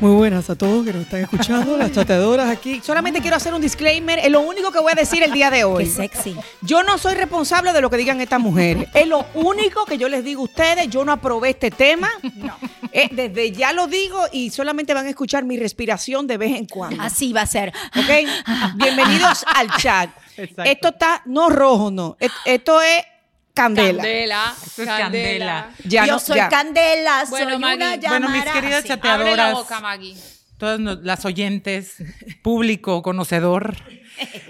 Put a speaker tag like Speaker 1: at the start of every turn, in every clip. Speaker 1: Muy buenas a todos que nos están escuchando, las chateadoras aquí.
Speaker 2: Solamente quiero hacer un disclaimer, es lo único que voy a decir el día de hoy.
Speaker 3: Qué sexy.
Speaker 2: Yo no soy responsable de lo que digan estas mujeres. Es lo único que yo les digo a ustedes. Yo no aprobé este tema. Eh, desde ya lo digo y solamente van a escuchar mi respiración de vez en cuando.
Speaker 3: Así va a ser.
Speaker 2: ¿Ok? Bienvenidos al chat.
Speaker 1: Exacto.
Speaker 2: Esto está, no rojo, no. Et- Esto es candela.
Speaker 4: Candela.
Speaker 5: Esto es candela.
Speaker 2: Ya
Speaker 3: Yo
Speaker 2: no-
Speaker 3: soy
Speaker 2: ya.
Speaker 3: Candela, soy
Speaker 5: Bueno,
Speaker 3: una
Speaker 5: Maggie.
Speaker 3: llamarada.
Speaker 5: Bueno,
Speaker 3: Bueno,
Speaker 5: mis queridas
Speaker 3: sí.
Speaker 4: Abre la
Speaker 5: chateadoras,
Speaker 4: boca, Magui.
Speaker 5: todas nos- las oyentes, público conocedor,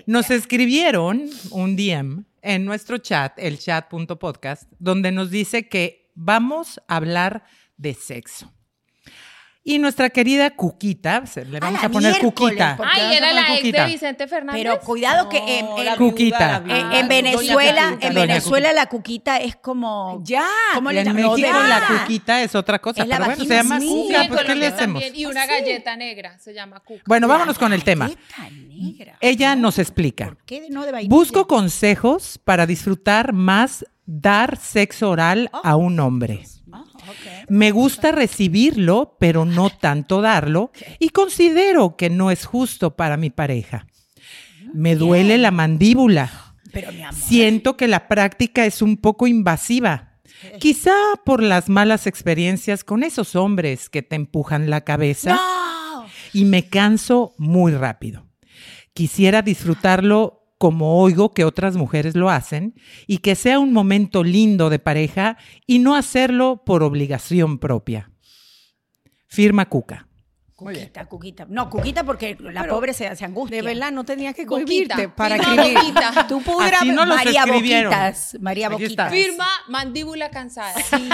Speaker 5: nos escribieron un DM en nuestro chat, el chat.podcast, donde nos dice que vamos a hablar de sexo. Y nuestra querida Cuquita, se- le
Speaker 3: A
Speaker 5: vamos
Speaker 3: la
Speaker 5: a poner
Speaker 3: miércoles,
Speaker 5: Cuquita.
Speaker 3: ¿por
Speaker 4: Ay, era la ex de Vicente Fernández.
Speaker 3: Pero cuidado que en,
Speaker 1: No,
Speaker 3: en-
Speaker 1: la
Speaker 5: Cuquita.
Speaker 1: viuda, la
Speaker 3: en- en
Speaker 1: viuda.
Speaker 3: Venezuela,
Speaker 1: Doña
Speaker 3: en
Speaker 1: Cuquita.
Speaker 3: Venezuela la cuquita es como
Speaker 2: Ya.
Speaker 3: ¿Cómo le
Speaker 5: en
Speaker 3: llaman? No,
Speaker 5: México
Speaker 3: de
Speaker 5: la
Speaker 3: verdad.
Speaker 5: Cuquita es otra cosa,
Speaker 3: Es la
Speaker 5: pero bueno, se
Speaker 3: vagina
Speaker 5: llama
Speaker 3: smith.
Speaker 4: Sí,
Speaker 5: Cuca,
Speaker 4: en
Speaker 5: pues ¿qué le
Speaker 4: Colombia
Speaker 5: hacemos?
Speaker 4: también. Y una galleta negra se llama cuca.
Speaker 5: Bueno, vámonos con el tema.
Speaker 3: Galleta negra.
Speaker 5: Ella nos explica.
Speaker 3: ¿Por qué de- no de vainilla?
Speaker 5: Busco consejos para disfrutar más dar sexo oral a un hombre.
Speaker 3: Ah, ok. Ah,
Speaker 5: Me gusta recibirlo, pero no tanto darlo, y considero que no es justo para mi pareja. Me duele la mandíbula.
Speaker 3: Pero mi Ah, amor.
Speaker 5: Siento que la práctica es un poco invasiva. Quizá por las malas experiencias con esos hombres que te empujan la cabeza
Speaker 3: No.
Speaker 5: y me canso muy rápido. Quisiera disfrutarlo como oigo que otras mujeres lo hacen y que sea un momento lindo de pareja y no hacerlo por obligación propia. Firma Cuca.
Speaker 3: Cuquita, cuquita. No, cuquita porque la pobre se, se angustia.
Speaker 2: De verdad, no tenías que
Speaker 4: Boquita.
Speaker 2: cohibirte para
Speaker 4: Firma
Speaker 2: escribir.
Speaker 4: boquita.
Speaker 2: Tú pudieras
Speaker 5: Así no los
Speaker 3: María
Speaker 5: escribieron.
Speaker 3: Boquitas. María
Speaker 5: Aquí
Speaker 3: Boquitas.
Speaker 5: está.
Speaker 4: Firma mandíbula cansada.
Speaker 3: Sí,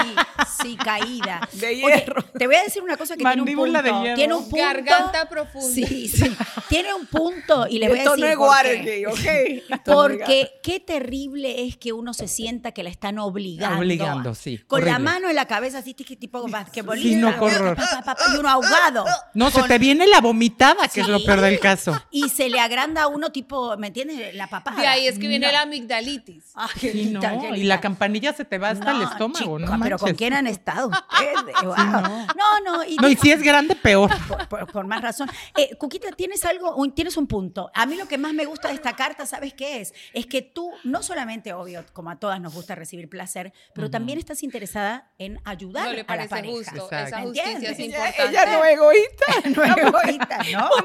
Speaker 3: sí, caída.
Speaker 2: De
Speaker 3: Oye,
Speaker 2: hierro.
Speaker 3: te voy a decir una cosa que tiene un
Speaker 5: Mandíbula de
Speaker 3: punto.
Speaker 5: hierro.
Speaker 3: Tiene un punto.
Speaker 4: Garganta profunda.
Speaker 3: Sí, sí. Tiene un punto y les voy a
Speaker 2: Esto
Speaker 3: decir
Speaker 2: no es
Speaker 3: por
Speaker 2: Watergate,
Speaker 3: qué.
Speaker 2: ¿ok? Esto no es
Speaker 3: Porque qué terrible es que uno se sienta que la están obligando.
Speaker 5: Obligando, sí,
Speaker 3: Con la
Speaker 5: horrible.
Speaker 3: mano en la cabeza, así que tipo basquetbolista.
Speaker 5: Sí, no, qué horror.
Speaker 3: Pa, pa, pa, Y uno ahogado.
Speaker 5: No, se
Speaker 3: Con-
Speaker 5: te viene la vomitada, que es lo
Speaker 3: Sí.
Speaker 5: peor del caso.
Speaker 3: Y se le agranda a uno tipo, ¿me entiendes? La papada.
Speaker 4: De ahí es que viene la amigdalitis.
Speaker 3: Ay,
Speaker 5: Y, no,
Speaker 3: Angelita.
Speaker 5: y la campanilla se te va hasta el
Speaker 3: No,
Speaker 5: estómago,
Speaker 3: chica,
Speaker 5: ¿no?
Speaker 3: Pero ¿con
Speaker 5: manches.
Speaker 3: quién han estado ustedes? Wow. no. no, y,
Speaker 5: No, y si es grande, peor.
Speaker 3: por, por- por más razón. Eh, Cuquita, tienes algo, un- tienes un punto. A mí lo que más me gusta de esta carta, ¿sabes qué es? Es que tú, no solamente, obvio, como a todas nos gusta recibir placer, pero también estás interesada en ayudar
Speaker 4: No le
Speaker 3: a la
Speaker 4: parece
Speaker 3: pareja.
Speaker 4: justo.
Speaker 5: Exacto.
Speaker 4: Esa
Speaker 3: ¿Me
Speaker 4: justicia es
Speaker 3: entiendes?
Speaker 2: Ella,
Speaker 4: importante.
Speaker 2: ella no es egoísta.
Speaker 3: No es egoísta, ¿no?
Speaker 2: Bondadosa.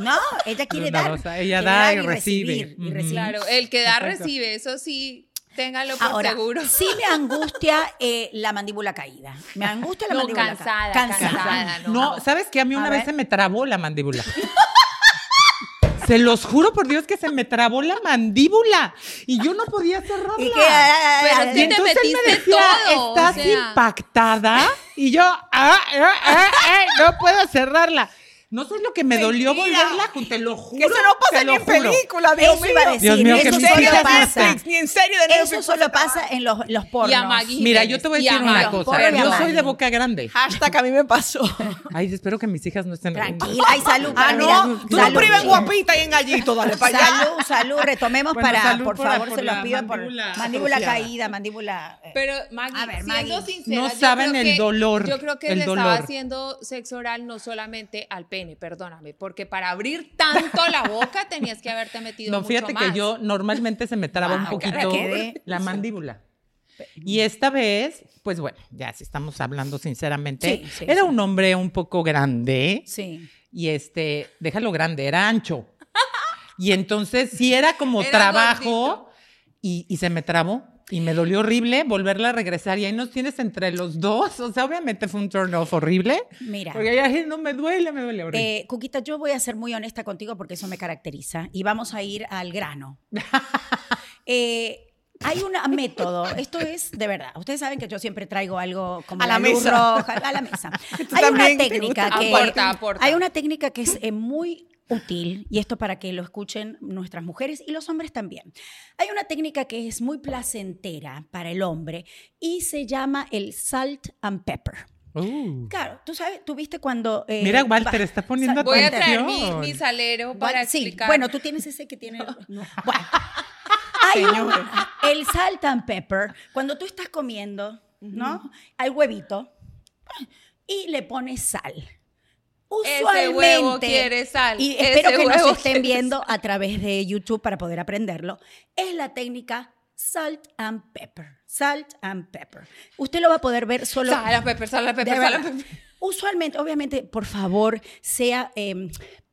Speaker 3: No, ella quiere
Speaker 5: Una
Speaker 3: dar.
Speaker 5: rosa, ella
Speaker 3: quiere
Speaker 5: da
Speaker 3: dar
Speaker 5: y recibe.
Speaker 3: recibir, y
Speaker 5: Ujú.
Speaker 3: recibir.
Speaker 4: Mm. Claro, el que da
Speaker 5: Exacto.
Speaker 4: recibe, eso sí, téngalo por
Speaker 3: Ahora,
Speaker 4: seguro.
Speaker 3: sí me angustia eh, la mandíbula caída. Me angustia la
Speaker 4: No,
Speaker 3: mandíbula
Speaker 4: cansada,
Speaker 3: ca- cansada.
Speaker 4: cansada. no,
Speaker 5: No,
Speaker 4: no.
Speaker 5: ¿sabes que A mí
Speaker 3: A
Speaker 5: una
Speaker 3: ver.
Speaker 5: vez se me trabó la mandíbula. Se los juro por Dios que se me trabó la mandíbula y yo no podía cerrarla.
Speaker 3: Y que- ah,
Speaker 4: Pero
Speaker 5: Y
Speaker 4: sí te
Speaker 5: entonces él me
Speaker 4: metiste
Speaker 5: decía,
Speaker 4: todo, o
Speaker 5: estás
Speaker 4: sea.
Speaker 5: impactada y yo, "Ah, ah, ah, ah, no puedo cerrarla. No sé lo que me dolió volverla, junto, te lo juro.
Speaker 2: Que eso no pasa
Speaker 5: te lo
Speaker 2: ni en
Speaker 5: juro.
Speaker 2: película, Dios
Speaker 3: Eso
Speaker 2: mío.
Speaker 3: iba a decir,
Speaker 5: Dios mío, que
Speaker 3: eso
Speaker 5: mis
Speaker 3: solo
Speaker 5: hijas
Speaker 3: pasa.
Speaker 2: Ni en serio de
Speaker 3: Eso
Speaker 2: Netflix.
Speaker 3: solo pasa en los, los pornos.
Speaker 4: Y a Maggie
Speaker 5: Mira,
Speaker 4: Jiménez,
Speaker 5: yo te voy a
Speaker 4: y
Speaker 5: decir una
Speaker 4: Maggie.
Speaker 5: cosa.
Speaker 3: Pobre
Speaker 5: Yo
Speaker 3: Amari.
Speaker 5: soy de boca grande.
Speaker 2: Hashtag a mí me pasó.
Speaker 5: Ay, espero que mis hijas no estén
Speaker 3: Tranquila, ay, salud.
Speaker 2: Ah,
Speaker 3: para- mira,
Speaker 2: no. Tú no
Speaker 3: salud,
Speaker 2: prives
Speaker 3: sí.
Speaker 2: guapita y en gallito, dale para allá.
Speaker 3: Salud, salud, retomemos
Speaker 5: Bueno,
Speaker 3: para,
Speaker 5: salud
Speaker 3: por
Speaker 5: por la-
Speaker 3: favor,
Speaker 5: por
Speaker 3: se los
Speaker 5: la
Speaker 3: pido
Speaker 5: mandíbula
Speaker 3: por mandíbula
Speaker 5: atrofiada.
Speaker 3: caída, mandíbula. eh.
Speaker 4: Pero Maggie,
Speaker 3: A ver,
Speaker 4: siendo
Speaker 3: Maggie.
Speaker 4: sincera,
Speaker 5: No
Speaker 4: yo
Speaker 5: saben
Speaker 4: creo
Speaker 5: el
Speaker 4: que-
Speaker 5: dolor,
Speaker 4: Yo creo que
Speaker 5: el
Speaker 4: le
Speaker 5: dolor.
Speaker 4: estaba haciendo sexo oral no solamente al pene, perdóname, porque para abrir tanto la boca tenías que haberte metido
Speaker 5: No,
Speaker 4: mucho
Speaker 5: fíjate
Speaker 4: más.
Speaker 5: que yo normalmente se me traba un
Speaker 3: Wow, cara,
Speaker 5: poquito
Speaker 3: quedé.
Speaker 5: la mandíbula. Y esta vez, pues bueno, ya si estamos hablando sinceramente,
Speaker 3: Sí, sí,
Speaker 5: era
Speaker 3: sí.
Speaker 5: un hombre un poco grande
Speaker 3: sí.
Speaker 5: y este, déjalo grande, era ancho. Y entonces sí era como
Speaker 4: Era
Speaker 5: trabajo
Speaker 4: gordito.
Speaker 5: y, y se me trabó. Y me dolió horrible volverla a regresar. Y ahí nos tienes entre los dos. O sea, obviamente fue un turn off horrible.
Speaker 3: Mira.
Speaker 5: Porque ya ay, no me duele, me duele horrible.
Speaker 3: Eh, Cuquita, yo voy a ser muy honesta contigo porque eso me caracteriza y vamos a ir al grano. Eh, hay un método, esto es de verdad. Ustedes saben que yo siempre traigo algo como
Speaker 2: A la
Speaker 3: luz
Speaker 2: mesa.
Speaker 3: roja, a la mesa. hay una
Speaker 2: también te
Speaker 3: técnica
Speaker 4: gusta.
Speaker 3: que
Speaker 4: Aporta, aporta.
Speaker 3: hay una técnica que es eh, muy útil y esto para que lo escuchen nuestras mujeres y los hombres también. Hay una técnica que es muy placentera para el hombre y se llama el salt and pepper.
Speaker 5: Uh.
Speaker 3: Claro, tú sabes, tú viste cuando... eh,
Speaker 5: Mira, Walter,
Speaker 3: va-
Speaker 5: está poniendo
Speaker 3: Sa-
Speaker 4: Voy a
Speaker 3: Walter,
Speaker 4: traer mi,
Speaker 5: Atención.
Speaker 4: mi salero para
Speaker 3: Wal- sí,
Speaker 4: explicar.
Speaker 3: bueno, tú tienes ese que tiene... Bueno, hay un- el salt and pepper, cuando tú estás comiendo, ¿no? Hay huevito y le pones sal. Usualmente,
Speaker 4: huevo quiere sal,
Speaker 3: y
Speaker 4: ese
Speaker 3: espero que nos
Speaker 4: huevo
Speaker 3: estén
Speaker 4: quiere
Speaker 3: viendo a través de YouTube para poder aprenderlo, es la técnica salt and pepper. Salt and pepper. Usted lo va a poder ver solo.
Speaker 4: Sal and pepper, sal and pepper,
Speaker 3: De
Speaker 4: sal and
Speaker 3: verdad.
Speaker 4: pepper.
Speaker 3: Usualmente, obviamente, por favor, sea eh,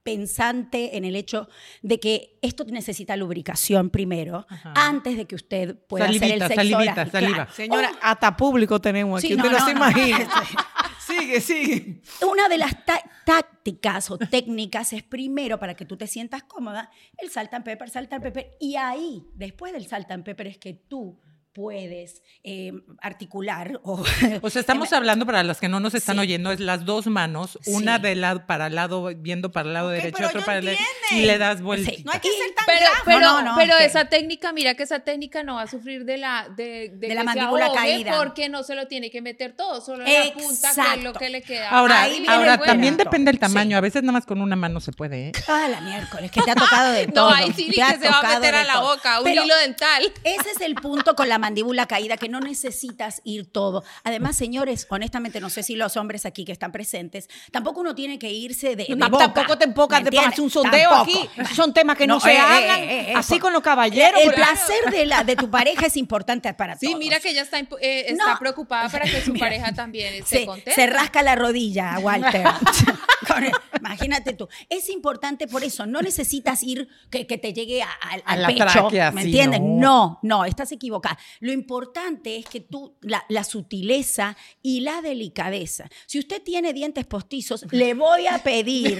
Speaker 3: pensante en el hecho de que esto necesita lubricación primero, antes de que usted pueda
Speaker 5: Salivita,
Speaker 3: hacer el sexo
Speaker 5: salivita,
Speaker 3: oral.
Speaker 5: saliva.
Speaker 3: Claro.
Speaker 2: Señora, hasta público tenemos aquí.
Speaker 3: Sí, no,
Speaker 2: Usted no,
Speaker 3: no,
Speaker 2: se
Speaker 3: no.
Speaker 2: imagina. sigue, sigue.
Speaker 3: Una de las ta- tácticas o técnicas es primero para que tú te sientas cómoda, el salt and pepper, salt and pepper, y ahí, después del salt and pepper, es que tú puedes eh, articular o...
Speaker 5: O sea, Pues estamos hablando para las que no nos están
Speaker 3: Sí.
Speaker 5: oyendo, es las dos manos,
Speaker 3: Sí.
Speaker 5: una de lado para el lado, viendo para el lado derecho,
Speaker 2: pero
Speaker 5: otro
Speaker 2: yo
Speaker 5: para el derecho. Y
Speaker 2: entienden.
Speaker 5: le das vuelta.
Speaker 3: Sí.
Speaker 2: No hay que
Speaker 3: Y-
Speaker 2: ser tan
Speaker 4: Pero,
Speaker 2: grande.
Speaker 4: pero,
Speaker 3: No, no,
Speaker 4: pero
Speaker 3: es que-
Speaker 4: esa técnica, mira que esa técnica no va a sufrir de la de,
Speaker 3: De la
Speaker 4: que se
Speaker 3: mandíbula
Speaker 4: ahogue
Speaker 3: caída.
Speaker 4: porque no se lo tiene que meter todo, solo la punta que es lo
Speaker 3: Exacto.
Speaker 4: que le queda.
Speaker 5: Ahora,
Speaker 3: Ahí viene
Speaker 5: ahora
Speaker 3: el
Speaker 5: también
Speaker 3: punto.
Speaker 5: depende del tamaño. A veces nada más con una mano se puede. ¿eh?
Speaker 3: Ah, la miércoles, que te ha tocado de
Speaker 4: No,
Speaker 3: todo.
Speaker 4: ahí sí
Speaker 3: te
Speaker 4: que
Speaker 3: ha
Speaker 4: se va a
Speaker 3: tocado
Speaker 4: meter
Speaker 3: de
Speaker 4: a la
Speaker 3: todo.
Speaker 4: boca, un
Speaker 3: Pero
Speaker 4: hilo dental.
Speaker 3: Ese es el punto con la mandíbula caída, que no necesitas ir todo. Además, señores, honestamente, no sé si los hombres aquí que están presentes, tampoco uno tiene que irse de, de
Speaker 2: No,
Speaker 3: boca,
Speaker 2: tampoco te empocas
Speaker 3: ¿me
Speaker 2: de para hacer un
Speaker 3: entiendes?
Speaker 2: sondeo
Speaker 3: Tampoco.
Speaker 2: aquí. Son temas que no,
Speaker 3: No,
Speaker 2: se
Speaker 3: eh, eh,
Speaker 2: hablan.
Speaker 3: eh, eh,
Speaker 2: así
Speaker 3: por-
Speaker 2: con los caballeros.
Speaker 3: el
Speaker 2: porque-
Speaker 3: placer de, la, de tu pareja es importante para
Speaker 4: Sí,
Speaker 3: todos.
Speaker 4: mira que ella está, impu- eh, está
Speaker 3: No.
Speaker 4: preocupada para que su
Speaker 3: Mira.
Speaker 4: pareja también esté
Speaker 3: se,
Speaker 4: contenta.
Speaker 3: se rasca la rodilla, Walter. Con el- imagínate tú. Es importante por eso. No necesitas ir que, que te llegue a- a- al
Speaker 5: la
Speaker 3: pecho.
Speaker 5: tráquea,
Speaker 3: ¿Me
Speaker 5: sí,
Speaker 3: entiendes?
Speaker 5: no.
Speaker 3: No, no, estás equivocada. Lo importante es que tú, la, la sutileza y la delicadeza. Si usted tiene dientes postizos, le voy a pedir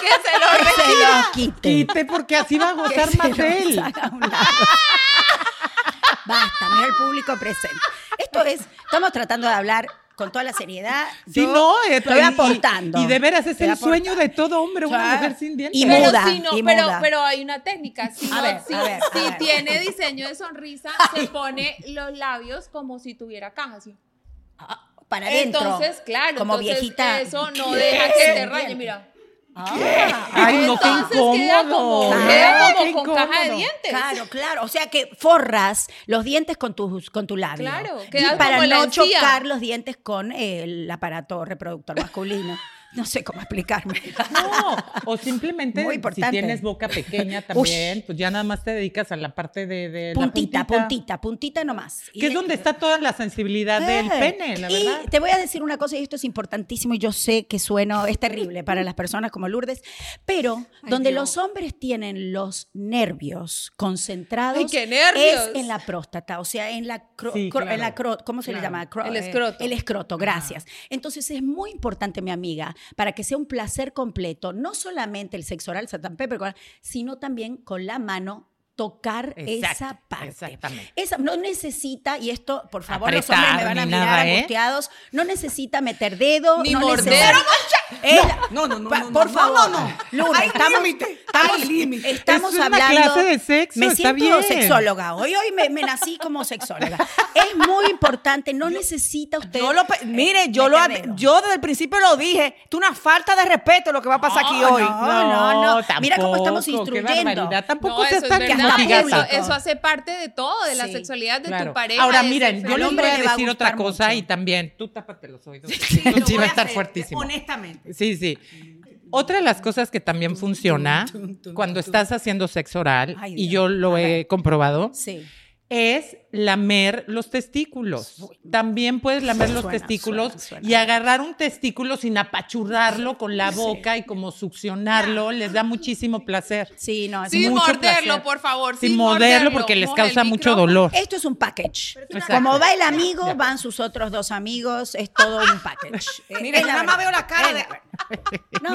Speaker 4: Que se lo
Speaker 3: que se los quite.
Speaker 5: Quite, porque así va a
Speaker 3: Que
Speaker 5: gozar
Speaker 3: se
Speaker 5: más de
Speaker 3: los
Speaker 5: él.
Speaker 3: haga a un lado. Basta, mira el público presente. Esto es, estamos tratando de hablar con toda la seriedad.
Speaker 5: Si
Speaker 3: Yo
Speaker 5: no, eh,
Speaker 3: estoy
Speaker 5: y- y-
Speaker 3: aportando.
Speaker 5: Y, de veras, es
Speaker 3: Estoy
Speaker 5: el
Speaker 3: aportando.
Speaker 5: sueño de todo hombre, una
Speaker 3: Claro.
Speaker 5: mujer sin dientes.
Speaker 3: Y
Speaker 4: pero
Speaker 3: muda,
Speaker 4: si no,
Speaker 3: y
Speaker 4: pero,
Speaker 3: muda.
Speaker 4: pero hay una técnica. Si,
Speaker 3: A
Speaker 4: no-
Speaker 3: ver,
Speaker 4: si-
Speaker 3: a ver,
Speaker 4: si
Speaker 3: a ver.
Speaker 4: tiene diseño de sonrisa, se pone los labios como si tuviera caja. así.
Speaker 3: Ah, para adentro.
Speaker 4: Entonces, claro,
Speaker 3: como
Speaker 4: entonces
Speaker 3: viejita.
Speaker 4: Eso no deja que te raye,
Speaker 3: Bien.
Speaker 4: mira.
Speaker 3: Ah,
Speaker 5: Ay, no, qué
Speaker 4: Entonces queda
Speaker 5: incómodo.
Speaker 4: como,
Speaker 3: Claro,
Speaker 4: queda como
Speaker 5: qué
Speaker 4: con caja de
Speaker 5: incómodo.
Speaker 4: dientes.
Speaker 3: Claro, claro. O sea que forras los dientes con tu, con tu labio.
Speaker 4: Claro,
Speaker 3: Y
Speaker 4: queda
Speaker 3: para
Speaker 4: como la
Speaker 3: no
Speaker 4: encía.
Speaker 3: chocar los dientes con el aparato reproductor masculino. No sé cómo explicarme.
Speaker 5: No, o simplemente
Speaker 3: Muy
Speaker 5: si
Speaker 3: importante.
Speaker 5: tienes boca pequeña también, pues ya nada más te dedicas a la parte de, de
Speaker 3: Puntita,
Speaker 5: la
Speaker 3: puntita, puntita nomás. Y
Speaker 5: Que es
Speaker 3: de-
Speaker 5: donde está toda la sensibilidad del
Speaker 3: Eh,
Speaker 5: pene, la
Speaker 3: y
Speaker 5: verdad.
Speaker 3: te voy a decir una cosa, y esto es importantísimo, y yo sé que sueno, es terrible para las personas como Lourdes, pero donde los hombres tienen los nervios concentrados
Speaker 4: Ay, qué nervios.
Speaker 3: es en la próstata, o sea, en la, cro-
Speaker 5: Sí,
Speaker 3: cro- en
Speaker 5: claro.
Speaker 3: la cro- ¿cómo se le
Speaker 5: Claro.
Speaker 3: llama? Cro-
Speaker 4: El
Speaker 3: eh,
Speaker 4: escroto.
Speaker 3: El escroto, gracias. Entonces es muy importante, mi amiga, para que sea un placer completo, no solamente el sexo oral, Satan Pepper, sino también con la mano tocar esa
Speaker 5: Exacto,
Speaker 3: parte.
Speaker 5: exactamente.
Speaker 3: Esa, no necesita, y esto, por favor, los
Speaker 5: Apretar
Speaker 3: hombres me van a
Speaker 5: ni
Speaker 3: mirar
Speaker 5: nada, ¿eh?
Speaker 3: angustiados, no necesita meter dedo,
Speaker 4: Ni
Speaker 3: no
Speaker 4: morder.
Speaker 3: necesita- Ella-
Speaker 1: No, no, no.
Speaker 3: Pa-
Speaker 1: no, no,
Speaker 3: por
Speaker 1: no,
Speaker 3: favor,
Speaker 1: no, no.
Speaker 3: Luna,
Speaker 1: Hay
Speaker 3: estamos,
Speaker 1: límite,
Speaker 3: estamos-
Speaker 1: hay límite.
Speaker 3: estamos
Speaker 5: Es una
Speaker 3: hablando.
Speaker 5: clase de sexo,
Speaker 3: me
Speaker 5: está
Speaker 3: siento
Speaker 5: bien.
Speaker 3: sexóloga. Hoy, hoy me, me nací como sexóloga. Es muy importante, no necesita usted.
Speaker 2: Yo lo pe- mire, yo lo
Speaker 3: meter
Speaker 2: ad-
Speaker 3: dedo.
Speaker 2: yo desde el principio lo dije, es una falta de respeto lo que va a pasar aquí
Speaker 3: No,
Speaker 2: hoy.
Speaker 3: no. Mira cómo
Speaker 5: tampoco,
Speaker 3: estamos
Speaker 5: qué
Speaker 3: instruyendo.
Speaker 5: barbaridad. Tampoco
Speaker 4: No,
Speaker 5: se
Speaker 4: eso es
Speaker 5: está
Speaker 4: verdad.
Speaker 3: hasta
Speaker 4: Eso,
Speaker 5: castigando.
Speaker 3: público.
Speaker 4: eso hace parte de todo, de la
Speaker 3: Sí,
Speaker 4: sexualidad de
Speaker 5: Claro.
Speaker 4: tu pareja.
Speaker 5: Ahora
Speaker 4: de
Speaker 5: miren,
Speaker 4: ser
Speaker 5: yo les
Speaker 4: feliz.
Speaker 5: voy a
Speaker 3: hombre le va a
Speaker 5: decir
Speaker 3: gustar
Speaker 5: otra cosa
Speaker 3: mucho.
Speaker 5: y también tú tápate los oídos. Sí,
Speaker 2: Lo voy
Speaker 5: va a estar
Speaker 2: hacer,
Speaker 5: fuertísimo.
Speaker 2: Honestamente.
Speaker 5: Sí, sí. Otra de las cosas que también funciona cuando estás haciendo sexo oral,
Speaker 3: Ay,
Speaker 5: y
Speaker 3: Dios.
Speaker 5: yo lo
Speaker 3: A
Speaker 5: he
Speaker 3: ver.
Speaker 5: comprobado,
Speaker 3: Sí.
Speaker 5: es lamer los testículos. También puedes lamer los
Speaker 3: Suena,
Speaker 5: testículos
Speaker 3: suena, suena.
Speaker 5: y agarrar un testículo sin apachurrarlo con la boca y como succionarlo. Les da muchísimo placer.
Speaker 3: Sí, no, es
Speaker 4: Sin
Speaker 5: mucho
Speaker 4: morderlo,
Speaker 5: placer.
Speaker 4: por favor.
Speaker 5: Sin morderlo porque les
Speaker 4: Moja el
Speaker 5: causa mucho
Speaker 4: micrófono.
Speaker 5: dolor.
Speaker 3: Esto es un package.
Speaker 5: Exacto.
Speaker 3: Como va el amigo, van sus otros dos amigos, es todo un package. Eh,
Speaker 2: Mire,
Speaker 3: es
Speaker 2: yo
Speaker 3: la
Speaker 2: nada más veo
Speaker 3: verdad.
Speaker 2: la cara
Speaker 3: Es
Speaker 2: de
Speaker 3: No,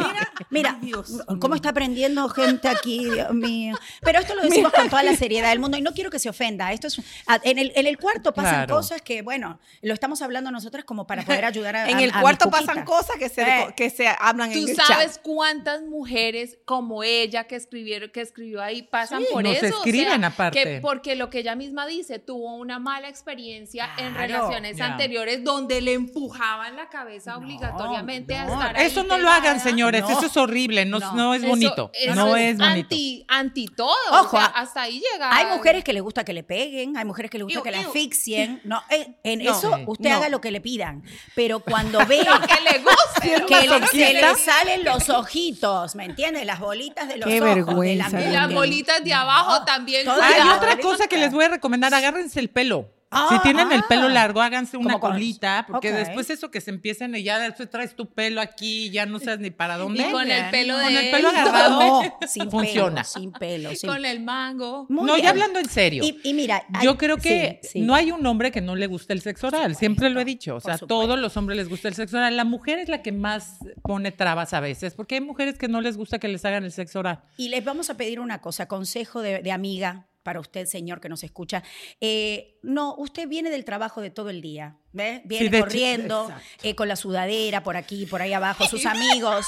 Speaker 3: mira,
Speaker 2: Ay, Dios
Speaker 3: cómo está aprendiendo gente aquí, Dios mío. Pero esto lo decimos con toda la seriedad del mundo y no quiero que se ofenda. Esto es a- en el, en el cuarto pasan
Speaker 5: Claro.
Speaker 3: cosas que, bueno, lo estamos hablando nosotras como para poder ayudar a
Speaker 2: En
Speaker 3: a-
Speaker 2: el
Speaker 3: a mi
Speaker 2: cuarto
Speaker 3: cuquita.
Speaker 2: pasan cosas que se,
Speaker 3: Eh.
Speaker 2: que se hablan en
Speaker 4: Tú
Speaker 2: el
Speaker 4: sabes
Speaker 2: chat.
Speaker 4: cuántas mujeres como ella que escribieron, que escribió ahí pasan
Speaker 5: Sí,
Speaker 4: por
Speaker 5: nos
Speaker 4: eso.
Speaker 5: escriben aparte.
Speaker 4: que- porque lo que ella misma dice, tuvo una mala experiencia en
Speaker 3: Claro.
Speaker 4: relaciones
Speaker 5: Ya.
Speaker 4: anteriores donde le empujaban la cabeza obligatoriamente a estar ahí
Speaker 5: Eso no lo hagan,
Speaker 3: ¿verdad?
Speaker 5: señores.
Speaker 3: No.
Speaker 5: Eso es horrible. No,
Speaker 3: No.
Speaker 5: no es
Speaker 4: Eso-
Speaker 5: bonito.
Speaker 4: eso
Speaker 5: no es, bonito.
Speaker 4: Anti, anti todo.
Speaker 3: Ojo,
Speaker 4: o sea,
Speaker 3: ah,
Speaker 4: hasta ahí llega.
Speaker 3: Hay mujeres que les gusta que le peguen, hay mujeres que les gusta
Speaker 4: Iu,
Speaker 3: que le
Speaker 4: iu.
Speaker 3: asfixien. No, eh, en
Speaker 2: No,
Speaker 3: eso usted
Speaker 2: no.
Speaker 3: haga lo que le pidan. Pero cuando ve
Speaker 4: que le gusta.
Speaker 3: que le, se le salen los ojitos, ¿me entiendes? Las bolitas de los
Speaker 1: Qué
Speaker 3: ojos. de
Speaker 1: vergüenza,
Speaker 3: la
Speaker 4: Y
Speaker 1: Dios.
Speaker 3: piel.
Speaker 4: las bolitas de abajo también.
Speaker 3: Todas
Speaker 5: Hay
Speaker 3: Claro,
Speaker 5: otra
Speaker 3: le
Speaker 5: cosa que les voy a recomendar, agárrense el pelo.
Speaker 3: Ah,
Speaker 5: si tienen el
Speaker 3: ah.
Speaker 5: pelo largo, háganse una
Speaker 3: Como con-
Speaker 5: colita, porque
Speaker 3: ok.
Speaker 5: después eso que se empiecen y ya después traes tu pelo aquí, ya no sabes ni para dónde.
Speaker 4: Y con el pelo de
Speaker 5: Con el
Speaker 4: él.
Speaker 5: pelo agarrado
Speaker 3: No, sin
Speaker 5: funciona.
Speaker 3: pelo, sin pelo. sin-
Speaker 4: Con el mango.
Speaker 3: Muy
Speaker 5: no,
Speaker 3: bien.
Speaker 5: ya hablando en serio.
Speaker 3: Y, y mira, hay-
Speaker 5: yo creo que
Speaker 3: sí, sí.
Speaker 5: no hay un hombre que no le guste el sexo oral, siempre lo he dicho, o sea,
Speaker 3: por
Speaker 5: todos los hombres les gusta el sexo oral, la mujer es la que más pone trabas a veces, porque hay mujeres que no les gusta que les hagan el sexo oral.
Speaker 3: Y les vamos a pedir una cosa, consejo de, de amiga para usted, señor, que nos escucha. Eh, no, usted viene del trabajo de todo el día, ¿ves? Viene
Speaker 5: Sí, de hecho,
Speaker 3: corriendo, eh, con la sudadera por aquí, por ahí abajo, sus amigos.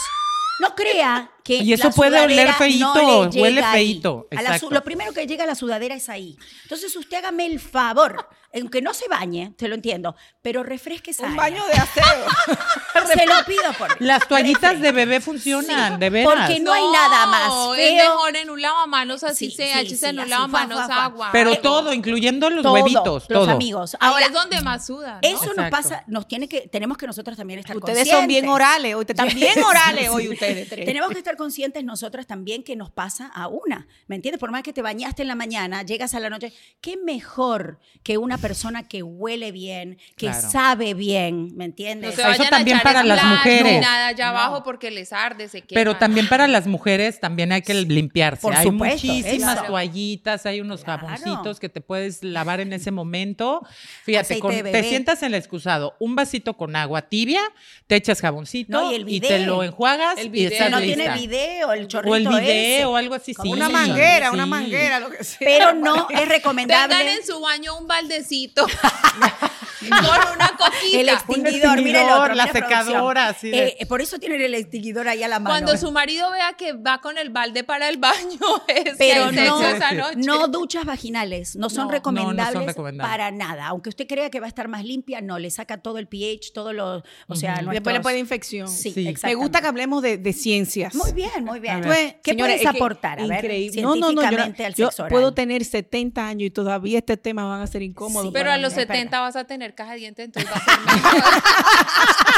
Speaker 3: No crea que
Speaker 5: Y eso
Speaker 3: la
Speaker 5: puede oler
Speaker 3: sudadera
Speaker 5: feíto,
Speaker 3: no le llega
Speaker 5: huele
Speaker 3: ahí.
Speaker 5: feíto,
Speaker 3: A la su-
Speaker 5: exacto.
Speaker 3: Lo primero que llega a la sudadera es ahí. Entonces usted hágame el favor, aunque no se bañe, te lo entiendo, pero refresque esa
Speaker 2: Un
Speaker 3: área.
Speaker 2: baño de aseo.
Speaker 3: Se lo pido por
Speaker 5: Las toallitas de bebé funcionan, de veras.
Speaker 3: Porque no hay nada más
Speaker 4: Es
Speaker 3: feo.
Speaker 4: mejor en un lavamanos, así
Speaker 3: Sí,
Speaker 4: sea,
Speaker 3: sí,
Speaker 4: échese
Speaker 3: sí,
Speaker 4: en un
Speaker 3: así,
Speaker 4: lavamanos
Speaker 3: fa, fa, fa.
Speaker 4: agua.
Speaker 5: Pero
Speaker 4: algo.
Speaker 5: todo, incluyendo los
Speaker 3: todo,
Speaker 5: huevitos,
Speaker 3: los
Speaker 5: todo.
Speaker 3: amigos.
Speaker 4: Ahí
Speaker 3: Ahora,
Speaker 4: es donde más suda. ¿no?
Speaker 3: Eso nos
Speaker 5: Exacto.
Speaker 3: pasa, nos tiene que, tenemos que nosotras también estar
Speaker 2: Ustedes
Speaker 3: conscientes.
Speaker 2: son bien orales hoy, están bien orales hoy ustedes tres.
Speaker 3: Tenemos que estar conscientes nosotras también que nos pasa a una, ¿me entiendes? Por más que te bañaste en la mañana, llegas a la noche, qué mejor que una persona que huele bien, que
Speaker 5: Claro.
Speaker 3: sabe bien, ¿me entiendes?
Speaker 4: No se
Speaker 5: Eso
Speaker 4: vayan a
Speaker 5: también
Speaker 4: echar
Speaker 5: para
Speaker 4: el
Speaker 5: las
Speaker 4: plan ni
Speaker 5: mujeres.
Speaker 4: nada allá abajo porque les arde, se quema.
Speaker 5: Pero también para las mujeres también hay que limpiarse.
Speaker 3: Por
Speaker 5: hay
Speaker 3: supuesto,
Speaker 5: muchísimas
Speaker 3: claro.
Speaker 5: toallitas, hay unos
Speaker 3: Claro.
Speaker 5: jaboncitos que te puedes lavar en ese momento. Fíjate,
Speaker 3: Aceite
Speaker 5: con-
Speaker 3: de bebé.
Speaker 5: te sientas en el excusado, un vasito con agua tibia, te echas jaboncito
Speaker 3: No, y el
Speaker 5: te
Speaker 3: bidé.
Speaker 5: lo enjuagas
Speaker 4: El
Speaker 5: y
Speaker 4: bidé.
Speaker 5: estás
Speaker 3: no
Speaker 5: lista.
Speaker 3: tiene video, el chorrito
Speaker 5: o el
Speaker 3: ese.
Speaker 5: video o algo así.
Speaker 3: Como
Speaker 5: sí.
Speaker 2: Una
Speaker 3: Sí.
Speaker 2: manguera, una
Speaker 5: Sí.
Speaker 2: manguera, lo que sea.
Speaker 3: Pero no es
Speaker 4: Tengan
Speaker 3: recomendable
Speaker 4: en su baño un baldecito con una coquita.
Speaker 3: el extinguidor, mira el
Speaker 5: extinguidor,
Speaker 3: otro,
Speaker 5: la
Speaker 3: mira producción.
Speaker 5: secadora, así de-
Speaker 3: Eh, por eso tienen el extinguidor ahí a la mano.
Speaker 4: Cuando su marido vea que va con el balde para el baño, es
Speaker 3: pero
Speaker 4: que hay
Speaker 3: no,
Speaker 4: sexo esa noche.
Speaker 3: no duchas vaginales, no son,
Speaker 4: No, no, no son
Speaker 3: recomendables
Speaker 5: recomendables.
Speaker 3: para nada. Aunque usted crea que va a estar más limpia, no, le saca todo el pH, todo lo, o sea,
Speaker 5: Ujú.
Speaker 3: nuestros-
Speaker 2: Después le puede infección.
Speaker 3: Sí,
Speaker 5: Sí.
Speaker 2: Me
Speaker 3: exactamente.
Speaker 2: gusta que hablemos de, de ciencias.
Speaker 3: Muy bien, muy bien.
Speaker 5: A
Speaker 3: Tú,
Speaker 5: ver.
Speaker 3: eh, ¿Qué
Speaker 2: Señora,
Speaker 3: puedes
Speaker 2: es que
Speaker 3: aportar, a ver,
Speaker 2: increíble. No, no, no, yo,
Speaker 3: científicamente al
Speaker 2: yo
Speaker 3: sexo oral?
Speaker 2: puedo tener 70 años y todavía este tema van a ser incómodos.
Speaker 3: Sí,
Speaker 4: Pero
Speaker 2: para
Speaker 4: a
Speaker 2: mí.
Speaker 4: los
Speaker 3: es verdad.
Speaker 4: 70 vas a tener caja de dientes, entonces va a ser mejor.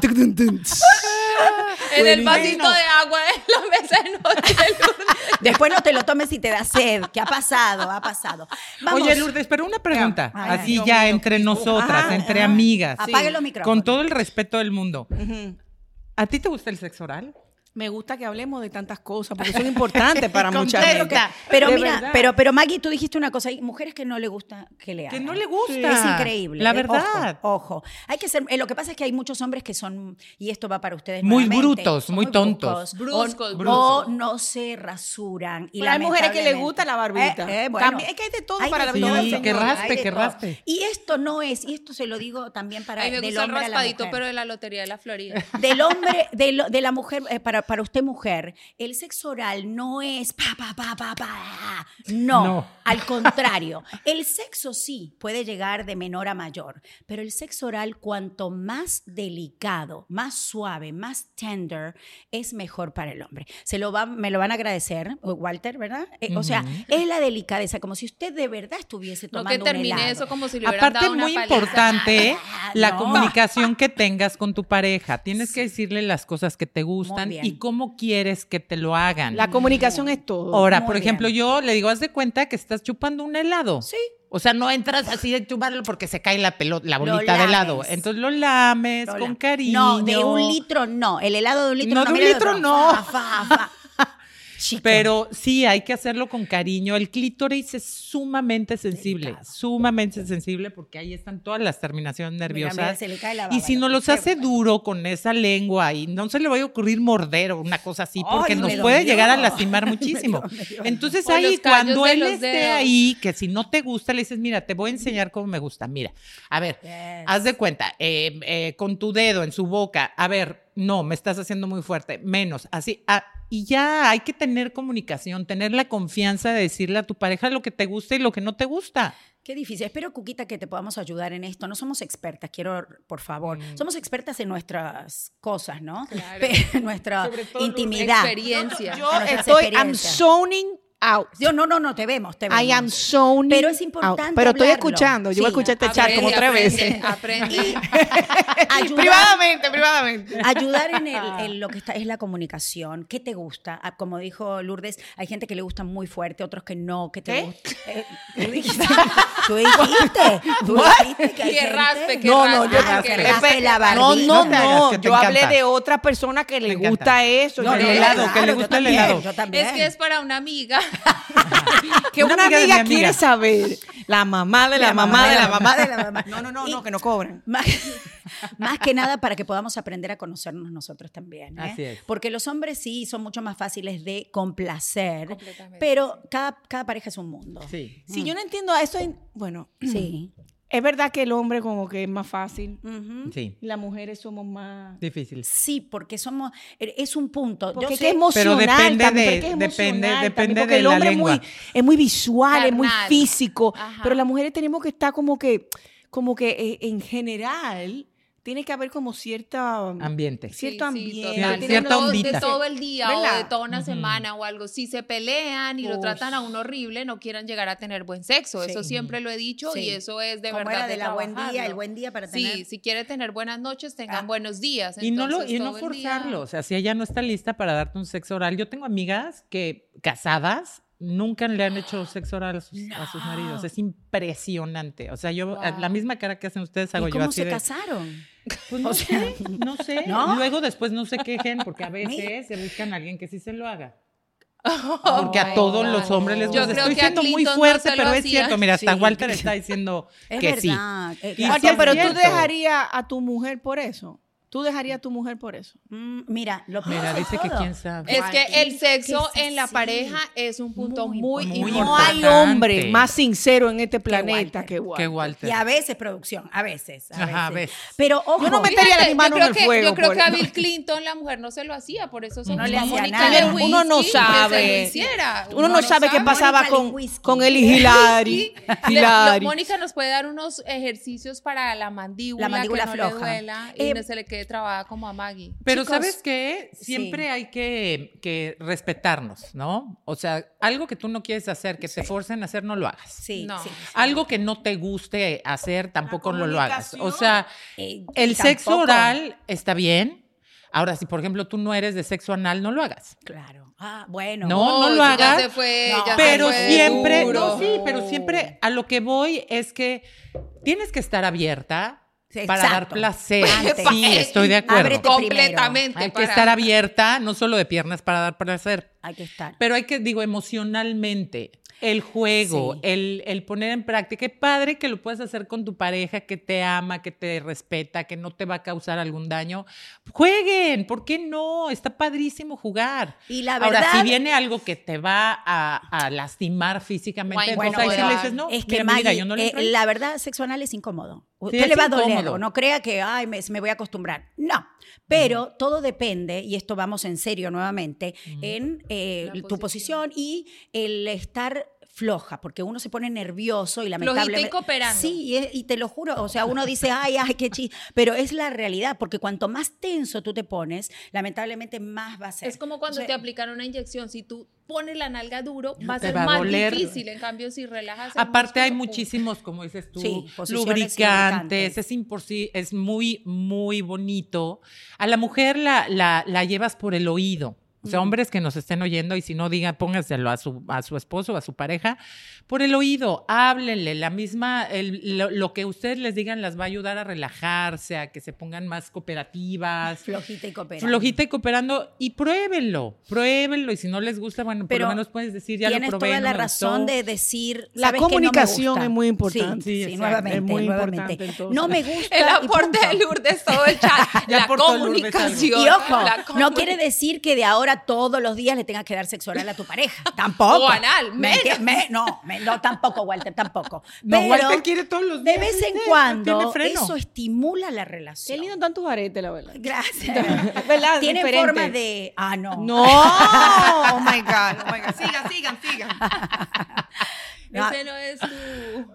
Speaker 1: Tum, tum, tum.
Speaker 4: en el
Speaker 5: Buenísimo.
Speaker 4: vasito de agua en la mesa de noche.
Speaker 3: Después no te lo tomes si te da sed. ¿Qué ha pasado? Ha pasado. Vamos.
Speaker 5: Oye, Lourdes, pero una pregunta,
Speaker 3: Ya. Ay,
Speaker 5: así
Speaker 2: Dios
Speaker 5: ya
Speaker 2: mío.
Speaker 5: entre nosotras,
Speaker 2: Ajá,
Speaker 5: entre
Speaker 3: ajá.
Speaker 5: amigas,
Speaker 3: Apague los micrófonos.
Speaker 5: con todo el respeto del mundo.
Speaker 2: Ujú.
Speaker 5: ¿A ti te gusta el sexo oral?
Speaker 2: Me gusta que hablemos de tantas cosas porque son importantes para mucha
Speaker 5: Contesta.
Speaker 2: gente.
Speaker 3: Pero
Speaker 2: De
Speaker 3: mira,
Speaker 2: verdad.
Speaker 3: pero, pero Maggie, tú dijiste una cosa, hay mujeres que no le gusta que le
Speaker 5: Que
Speaker 3: hagan.
Speaker 5: no le gusta.
Speaker 3: Es increíble.
Speaker 5: La
Speaker 3: eh,
Speaker 5: verdad.
Speaker 3: Ojo, ojo. Hay que ser, eh, lo que pasa es que hay muchos hombres que son, y esto va para ustedes.
Speaker 5: Muy
Speaker 3: nuevamente,
Speaker 5: brutos,
Speaker 3: son
Speaker 5: muy
Speaker 3: bruscos,
Speaker 5: tontos.
Speaker 4: Bruscos,
Speaker 3: o,
Speaker 4: bruscos.
Speaker 3: o no se rasuran. Y
Speaker 2: Pero hay mujeres que le
Speaker 3: lamentablemente-
Speaker 2: gusta la barbita.
Speaker 3: Eh, eh, bueno.
Speaker 2: También- es que hay de todo
Speaker 3: Hay
Speaker 2: para
Speaker 3: de
Speaker 2: la
Speaker 5: Sí,
Speaker 2: vida del
Speaker 5: que
Speaker 2: señor.
Speaker 5: raspe,
Speaker 3: hay de
Speaker 5: que
Speaker 3: todo.
Speaker 5: raspe.
Speaker 3: Y esto no es, y esto se lo digo también para
Speaker 4: A mí me
Speaker 3: del
Speaker 4: gusta el
Speaker 3: hombre a la
Speaker 4: raspadito,
Speaker 3: mujer.
Speaker 4: pero de la Lotería de la Florida.
Speaker 3: Del hombre, de, lo- de la mujer, eh, para, para usted mujer, el sexo oral no es pa, pa, pa, pa, pa. No,
Speaker 5: No.
Speaker 3: al contrario. El sexo sí puede llegar de menor a mayor, pero el sexo oral cuanto más delicado, más suave, más tender, es mejor para el hombre. Se lo va, me lo van a agradecer, Walter, ¿verdad? Eh, O sea, es la delicadeza, como si usted de verdad estuviese
Speaker 4: No
Speaker 3: tomando
Speaker 4: que
Speaker 3: un
Speaker 4: termine
Speaker 3: helado.
Speaker 4: eso como si le hubieran
Speaker 5: Aparte,
Speaker 4: dado una
Speaker 5: muy
Speaker 4: paliza.
Speaker 5: importante ¿eh? la
Speaker 3: No.
Speaker 5: comunicación que tengas con tu pareja. Tienes que decirle las cosas que te gustan
Speaker 3: bien.
Speaker 5: y cómo quieres que te lo hagan.
Speaker 2: La comunicación es todo.
Speaker 5: Ahora,
Speaker 3: Muy
Speaker 5: por ejemplo,
Speaker 3: bien.
Speaker 5: yo le digo, haz de cuenta que estás chupando un helado.
Speaker 3: Sí.
Speaker 5: O sea, no entras así de chuparlo porque se cae la pelota, la
Speaker 3: Lo
Speaker 5: bolita de helado.
Speaker 3: lames.
Speaker 5: Entonces lo lames
Speaker 3: Lola.
Speaker 5: con cariño.
Speaker 3: No, de un litro no. El helado de un litro
Speaker 5: No,
Speaker 3: no.
Speaker 5: de un
Speaker 3: mira el
Speaker 5: litro
Speaker 3: otro.
Speaker 5: no.
Speaker 3: Fa, fa, fa. Chica.
Speaker 5: Pero sí, hay que hacerlo con cariño. El clítoris es sumamente sensible, sumamente sensible porque ahí están todas las terminaciones
Speaker 3: Mira,
Speaker 5: nerviosas.
Speaker 3: mira, se le cae la
Speaker 5: y
Speaker 3: baba,
Speaker 5: si
Speaker 3: lo
Speaker 5: no
Speaker 3: que
Speaker 5: los
Speaker 3: sea,
Speaker 5: hace
Speaker 3: bueno.
Speaker 5: duro con esa lengua y no se le vaya a ocurrir morder o una cosa así porque
Speaker 3: Ay,
Speaker 5: nos
Speaker 3: me
Speaker 5: puede
Speaker 3: dolió.
Speaker 5: llegar a lastimar muchísimo. Entonces
Speaker 4: O los
Speaker 5: ahí
Speaker 4: callos
Speaker 5: cuando
Speaker 4: de
Speaker 5: él
Speaker 4: los
Speaker 5: esté
Speaker 4: dedos.
Speaker 5: ahí, que si no te gusta le dices, mira, te voy a enseñar cómo me gusta. Mira, a ver,
Speaker 3: Yes.
Speaker 5: em, haz de cuenta, eh, eh, con tu dedo en su boca, a ver, no, me estás haciendo muy fuerte, menos, así. ah, y ya hay que tener comunicación, tener la confianza de decirle a tu pareja lo que te gusta y lo que no te gusta.
Speaker 3: Qué difícil. Espero, Cuquita, que te podamos ayudar en esto. No somos expertas, quiero, por favor. Somos expertas en nuestras cosas, ¿no?
Speaker 4: Claro.
Speaker 3: Pe- nuestra
Speaker 4: Sobre todo
Speaker 3: intimidad.
Speaker 4: Experiencia.
Speaker 2: Yo
Speaker 3: Con nuestras
Speaker 2: estoy, I'm
Speaker 3: experiencias.
Speaker 2: zoning out.
Speaker 3: Yo, no, no, no, te vemos, te vemos.
Speaker 2: I am zoning
Speaker 3: Pero es importante
Speaker 2: out. Pero estoy
Speaker 3: hablarlo.
Speaker 2: escuchando, yo voy a
Speaker 3: Sí.
Speaker 2: escuchar este chat como tres
Speaker 4: Aprende,
Speaker 2: veces.
Speaker 4: Aprende.
Speaker 3: Y
Speaker 4: aprende.
Speaker 3: ayudar-
Speaker 2: Privadamente, privadamente.
Speaker 3: Ayudar en, el- en lo que está, es la comunicación. ¿Qué te gusta? Ah, Como dijo Lourdes, hay gente que le gusta muy fuerte, otros que no. ¿Qué te
Speaker 2: ¿Qué?
Speaker 3: gusta? Eh, tú dijiste. Tú dijiste. tú dijiste que hay
Speaker 4: Que
Speaker 3: gente-
Speaker 4: raspe, que
Speaker 5: No, no,
Speaker 4: raspe.
Speaker 5: yo raspe.
Speaker 4: que raspe.
Speaker 3: Raspe
Speaker 2: no,
Speaker 3: la barbilla.
Speaker 2: no,
Speaker 5: No te hagas,
Speaker 2: no.
Speaker 5: que te
Speaker 2: Yo hablé
Speaker 5: encanta.
Speaker 2: de otra persona que
Speaker 5: Te
Speaker 2: le
Speaker 5: encanta.
Speaker 2: gusta eso.
Speaker 5: No,
Speaker 2: Yo
Speaker 5: el
Speaker 2: le-
Speaker 5: helado, que le
Speaker 3: yo
Speaker 5: gusta el
Speaker 3: también,
Speaker 5: helado.
Speaker 3: Yo también.
Speaker 4: Es que es para una amiga.
Speaker 2: que una,
Speaker 5: Una amiga
Speaker 2: amiga,
Speaker 5: de mi amiga.
Speaker 2: quiere saber. La mamá de la, mamá, de la mamá de la
Speaker 3: mamá.
Speaker 2: No, no, no,
Speaker 3: Y-
Speaker 2: no, que no cobran.
Speaker 3: Más, más que nada para que podamos aprender a conocernos nosotros también. ¿eh?
Speaker 5: Así es.
Speaker 3: Porque los hombres sí son mucho más fáciles de complacer,
Speaker 4: Completamente,
Speaker 3: pero cada, cada pareja es un mundo.
Speaker 5: Sí.
Speaker 2: Si yo no entiendo a eso, en- bueno,
Speaker 3: Sí.
Speaker 2: es verdad que el hombre como que es más fácil.
Speaker 3: Ujú.
Speaker 5: Sí.
Speaker 2: y Las mujeres somos más.
Speaker 5: Difícil.
Speaker 3: Sí, porque somos, eh, es un punto. Yo
Speaker 2: Porque es
Speaker 3: sé-
Speaker 2: que es emocional
Speaker 5: Pero depende
Speaker 2: también,
Speaker 5: de-
Speaker 2: porque es
Speaker 5: depende-
Speaker 2: emocional
Speaker 5: depende
Speaker 2: también, porque
Speaker 5: de
Speaker 2: el
Speaker 5: la
Speaker 2: hombre es muy,
Speaker 5: lengua.
Speaker 2: es muy visual, es muy
Speaker 4: Carnal.
Speaker 2: físico,
Speaker 4: Ajá.
Speaker 2: pero las mujeres tenemos que estar como que, como que eh, en general tiene que haber como cierta
Speaker 5: Ambiente.
Speaker 2: cierto
Speaker 4: Sí,
Speaker 2: ambiente,
Speaker 4: sí, total.
Speaker 5: Cier-
Speaker 2: tiene-
Speaker 5: cierta
Speaker 4: de, todo-
Speaker 5: ondita.
Speaker 4: de todo el día
Speaker 2: ¿Verdad?
Speaker 4: o de toda una semana o algo. Si se pelean y lo tratan a un horrible, no quieran llegar a tener buen sexo. Eso siempre lo he dicho
Speaker 3: Sí.
Speaker 4: y eso es de
Speaker 3: Como
Speaker 4: verdad.
Speaker 3: era de la buen día,
Speaker 4: trabajarlo.
Speaker 3: el buen día para
Speaker 4: Sí,
Speaker 3: tener- Ah.
Speaker 4: si quiere tener buenas noches, tengan buenos días.
Speaker 5: Y no, lo,
Speaker 4: Entonces,
Speaker 5: y no
Speaker 4: todo el día-
Speaker 5: forzarlo. O sea, si ella no está lista para darte un sexo oral. Yo tengo amigas que, casadas, nunca le han hecho sexo oral a sus, a sus maridos. Es impresionante. O sea, yo, a- la misma cara que hacen ustedes, hago
Speaker 3: ¿Y
Speaker 5: yo
Speaker 3: cómo
Speaker 5: así
Speaker 3: se
Speaker 5: de,
Speaker 3: casaron?
Speaker 5: pues, no sé, no sé.
Speaker 3: ¿No?
Speaker 5: Luego después no se quejen porque a veces se buscan a alguien que sí se lo haga. Porque a todos los hombres les
Speaker 4: Yo
Speaker 5: gusta.
Speaker 4: creo
Speaker 5: Estoy
Speaker 4: que a
Speaker 5: siendo muy
Speaker 4: Clinton no
Speaker 5: fuerte,
Speaker 4: se lo
Speaker 5: pero es
Speaker 4: hacía.
Speaker 5: cierto. Mira, hasta
Speaker 3: Sí.
Speaker 5: Walter está diciendo
Speaker 3: Es
Speaker 5: que sí.
Speaker 3: verdad. eh,
Speaker 5: Y
Speaker 3: claro.
Speaker 5: sí
Speaker 2: Walter,
Speaker 5: es
Speaker 2: pero tú
Speaker 5: cierto.
Speaker 2: dejarías a tu mujer por eso. Tú dejarías a tu mujer por eso.
Speaker 3: Mm, Mira, lo
Speaker 5: Mira,
Speaker 3: piensas
Speaker 5: dice que
Speaker 3: todo.
Speaker 5: quién sabe.
Speaker 4: Es que
Speaker 3: Ay,
Speaker 4: el sexo
Speaker 3: que es
Speaker 4: en la
Speaker 3: así.
Speaker 4: pareja es un punto
Speaker 3: Muy,
Speaker 4: muy,
Speaker 5: muy
Speaker 2: no
Speaker 4: importante.
Speaker 2: hay
Speaker 5: importante.
Speaker 2: hombre más sincero en este planeta
Speaker 3: Walter.
Speaker 2: que Walter.
Speaker 5: Que Walter.
Speaker 3: Y a veces producción, a veces. A veces.
Speaker 5: Ajá, a veces.
Speaker 3: Pero ojo,
Speaker 2: no me- metería mi mano
Speaker 4: yo creo
Speaker 2: en el
Speaker 4: que,
Speaker 2: fuego
Speaker 4: Yo creo
Speaker 2: por-
Speaker 4: que a Bill Clinton la mujer no se lo hacía, por eso se
Speaker 3: No le hacía
Speaker 4: Mónica
Speaker 3: nada.
Speaker 4: Lewinsky,
Speaker 2: Uno no
Speaker 4: que se lo
Speaker 2: sabe.
Speaker 4: hiciera.
Speaker 2: Uno no, sabe qué pasaba
Speaker 3: Mónica
Speaker 2: con,
Speaker 3: Lewinsky.
Speaker 2: con el Hilary.
Speaker 4: Le- lo-
Speaker 2: Hilary.
Speaker 4: Mónica nos puede dar unos ejercicios para la
Speaker 3: La
Speaker 4: mandíbula,
Speaker 3: mandíbula
Speaker 4: que no
Speaker 3: floja.
Speaker 4: le duela y
Speaker 3: Eh,
Speaker 4: no se le quede trabada como a Maggie.
Speaker 5: Pero
Speaker 3: Chicos,
Speaker 5: sabes qué,
Speaker 3: sí.
Speaker 5: siempre hay que, que respetarnos, ¿no? O sea, algo que tú no quieres hacer, que te forcen a hacer, no lo hagas.
Speaker 3: Sí,
Speaker 4: No.
Speaker 3: sí.
Speaker 5: Algo que no te guste hacer, tampoco no lo hagas. O
Speaker 2: comunicación.
Speaker 5: sea,
Speaker 3: Eh,
Speaker 5: el sexo
Speaker 3: tampoco-
Speaker 5: oral está bien. Ahora, si por ejemplo tú no eres de sexo anal, no lo hagas.
Speaker 3: Claro. Ah, bueno.
Speaker 5: No, no
Speaker 4: Oh,
Speaker 5: lo
Speaker 4: ya
Speaker 5: hagas,
Speaker 4: se fue,
Speaker 3: no.
Speaker 4: ya se
Speaker 5: Pero
Speaker 4: fue
Speaker 5: siempre,
Speaker 4: duro.
Speaker 5: no, sí, pero siempre a lo que voy es que tienes que estar abierta
Speaker 3: Sí,
Speaker 5: para dar
Speaker 3: exacto.
Speaker 5: placer.
Speaker 3: Antes.
Speaker 5: Sí, estoy de acuerdo.
Speaker 3: Ábrete.
Speaker 4: Completamente.
Speaker 5: Hay que
Speaker 4: para-
Speaker 5: estar abierta, no solo de piernas para dar placer,
Speaker 3: Hay que estar.
Speaker 5: Pero hay que, digo, emocionalmente, el juego,
Speaker 3: Sí.
Speaker 5: el, el poner en práctica. Qué padre que lo puedes hacer con tu pareja que te ama, que te respeta, que no te va a causar algún daño. Jueguen, ¿por qué no? Está padrísimo jugar.
Speaker 3: Y la
Speaker 5: Ahora, si
Speaker 3: verdad-
Speaker 5: viene algo que te va a, a lastimar físicamente,
Speaker 4: Bueno,
Speaker 5: entonces ahí sí
Speaker 4: bueno,
Speaker 5: le dices, no,
Speaker 3: es que
Speaker 5: mira, mi vida,
Speaker 3: Maggie,
Speaker 5: yo no le
Speaker 3: eh,
Speaker 5: entro ahí.
Speaker 3: la verdad, sexo anal es incómodo. Usted
Speaker 5: es
Speaker 3: le va a doler,
Speaker 5: incómodo.
Speaker 3: o no crea que ay, me, me voy a acostumbrar. No, pero todo depende, y esto vamos en serio nuevamente, en eh,
Speaker 4: La
Speaker 3: tu posición y el estar floja, porque uno se pone nervioso y
Speaker 4: Flojita y
Speaker 3: lamentablemente...
Speaker 4: cooperando.
Speaker 3: Sí, y, es- y te lo juro, o sea, uno dice, ay, ay, qué chis, pero es la realidad, porque cuanto más tenso tú te pones, lamentablemente más va a ser.
Speaker 4: Es como cuando
Speaker 3: O sea,
Speaker 4: te aplican una inyección. Si tú pones la nalga duro, va a
Speaker 5: te
Speaker 4: ser
Speaker 5: va a
Speaker 4: más
Speaker 5: doler.
Speaker 4: difícil. En cambio, si relajas. el
Speaker 5: Aparte hay
Speaker 4: músculo, pum.
Speaker 5: muchísimos, como dices tú,
Speaker 3: Sí, posiciones
Speaker 5: lubricantes,
Speaker 3: lubricantes.
Speaker 5: es imposi- es muy, muy bonito. A la mujer la, la, la llevas por el oído. O sea, hombres que nos estén oyendo y si no digan, póngaselo a su, a su esposo o a su pareja, por el oído, háblenle, la misma, el- lo, lo que ustedes les digan las va a ayudar a relajarse, a que se pongan más cooperativas,
Speaker 3: Flojita y cooperando.
Speaker 5: flojita y cooperando, y pruébenlo, pruébenlo, y si no les gusta, bueno, por
Speaker 3: Pero
Speaker 5: lo menos puedes decir, Pues ya lo
Speaker 3: Tienes
Speaker 5: probé,
Speaker 3: toda
Speaker 5: no
Speaker 3: la
Speaker 5: me
Speaker 3: razón
Speaker 5: gustó".
Speaker 3: de decir.
Speaker 2: La
Speaker 3: "Sabes que no me
Speaker 2: comunicación
Speaker 3: gusta".
Speaker 2: es muy importante.
Speaker 3: Sí,
Speaker 5: Sí,
Speaker 3: sí,
Speaker 5: exacto.
Speaker 3: nuevamente.
Speaker 2: Es muy
Speaker 3: nuevamente.
Speaker 2: importante, entonces.
Speaker 3: No me gusta.
Speaker 4: El
Speaker 3: y
Speaker 4: aporte
Speaker 3: punto.
Speaker 4: de Lourdes, todo el chat.
Speaker 5: Ya
Speaker 4: la
Speaker 5: aportó Lourdes algo.
Speaker 3: Y
Speaker 4: comunicación.
Speaker 3: ojo,
Speaker 4: la
Speaker 3: no
Speaker 4: comuni-
Speaker 3: quiere decir que de ahora todos los días le tengas que dar sexo oral a tu pareja. Tampoco.
Speaker 4: O anal,
Speaker 3: ¿Me
Speaker 4: menos.
Speaker 3: enti- me- no, me- no, tampoco, Walter, tampoco.
Speaker 5: No,
Speaker 3: Pero
Speaker 5: Walter quiere todos los
Speaker 3: de
Speaker 5: días.
Speaker 3: vez
Speaker 5: ¿viste? No
Speaker 3: en
Speaker 5: tiene
Speaker 3: cuando
Speaker 5: freno.
Speaker 3: eso estimula la
Speaker 2: Qué
Speaker 3: relación.
Speaker 2: lindo están tus aretes, la verdad.
Speaker 3: Gracias.
Speaker 2: ¿Verdad?
Speaker 3: Tiene
Speaker 2: Diferente.
Speaker 3: forma de. Ah, no.
Speaker 2: No, oh my God, oh my God.
Speaker 4: Sigan, sigan, sigan.
Speaker 3: No.
Speaker 4: Ese no es tu.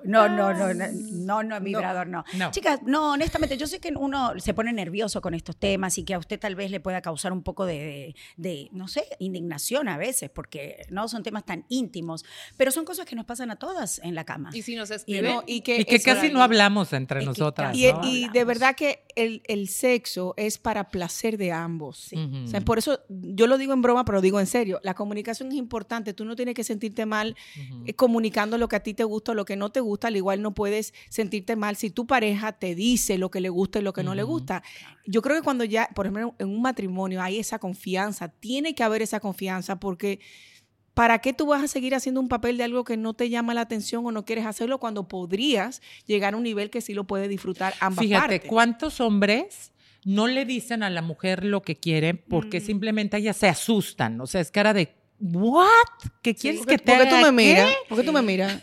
Speaker 3: No, no, no, no, no, no, vibrador, no.
Speaker 5: No.
Speaker 3: Chicas, no, honestamente, yo sé que uno se pone nervioso con estos temas y que a usted tal vez le pueda causar un poco de, de- de, no sé, indignación a veces, porque no son temas tan íntimos, pero son cosas que nos pasan a todas en la cama.
Speaker 4: Y si nos
Speaker 2: Y,
Speaker 4: escriben.
Speaker 2: no, y que,
Speaker 5: Y que
Speaker 2: eso-
Speaker 5: casi no hablamos entre
Speaker 3: Y que
Speaker 5: nosotras.
Speaker 3: casi
Speaker 2: Y,
Speaker 5: ¿no?
Speaker 3: no
Speaker 2: y de
Speaker 3: hablamos.
Speaker 2: verdad que el, el sexo es para placer de ambos.
Speaker 5: Ujú.
Speaker 2: O sea, por eso yo lo digo en broma, pero lo digo en serio. La comunicación es importante. Tú no tienes que sentirte mal eh, comunicando lo que a ti te gusta o lo que no te gusta. Al igual no puedes sentirte mal si tu pareja te dice lo que le gusta y lo que no le
Speaker 5: Ujú.
Speaker 2: gusta. Yo creo que cuando ya, por ejemplo, en un matrimonio hay esa confianza. Tiene que haber esa confianza porque... ¿Para qué tú vas a seguir haciendo un papel de algo que no te llama la atención o no quieres hacerlo cuando podrías llegar a un nivel que sí lo puedes disfrutar ambas
Speaker 5: Fíjate,
Speaker 2: partes?
Speaker 5: ¿cuántos hombres no le dicen a la mujer lo que quieren porque
Speaker 3: Mm.
Speaker 5: simplemente ellas se asustan? O sea, es cara de, ¿what? ¿Qué quieres
Speaker 2: porque,
Speaker 5: que te
Speaker 2: porque
Speaker 5: haga?
Speaker 2: tú me
Speaker 5: ¿Qué?
Speaker 2: miras, porque tú me miras.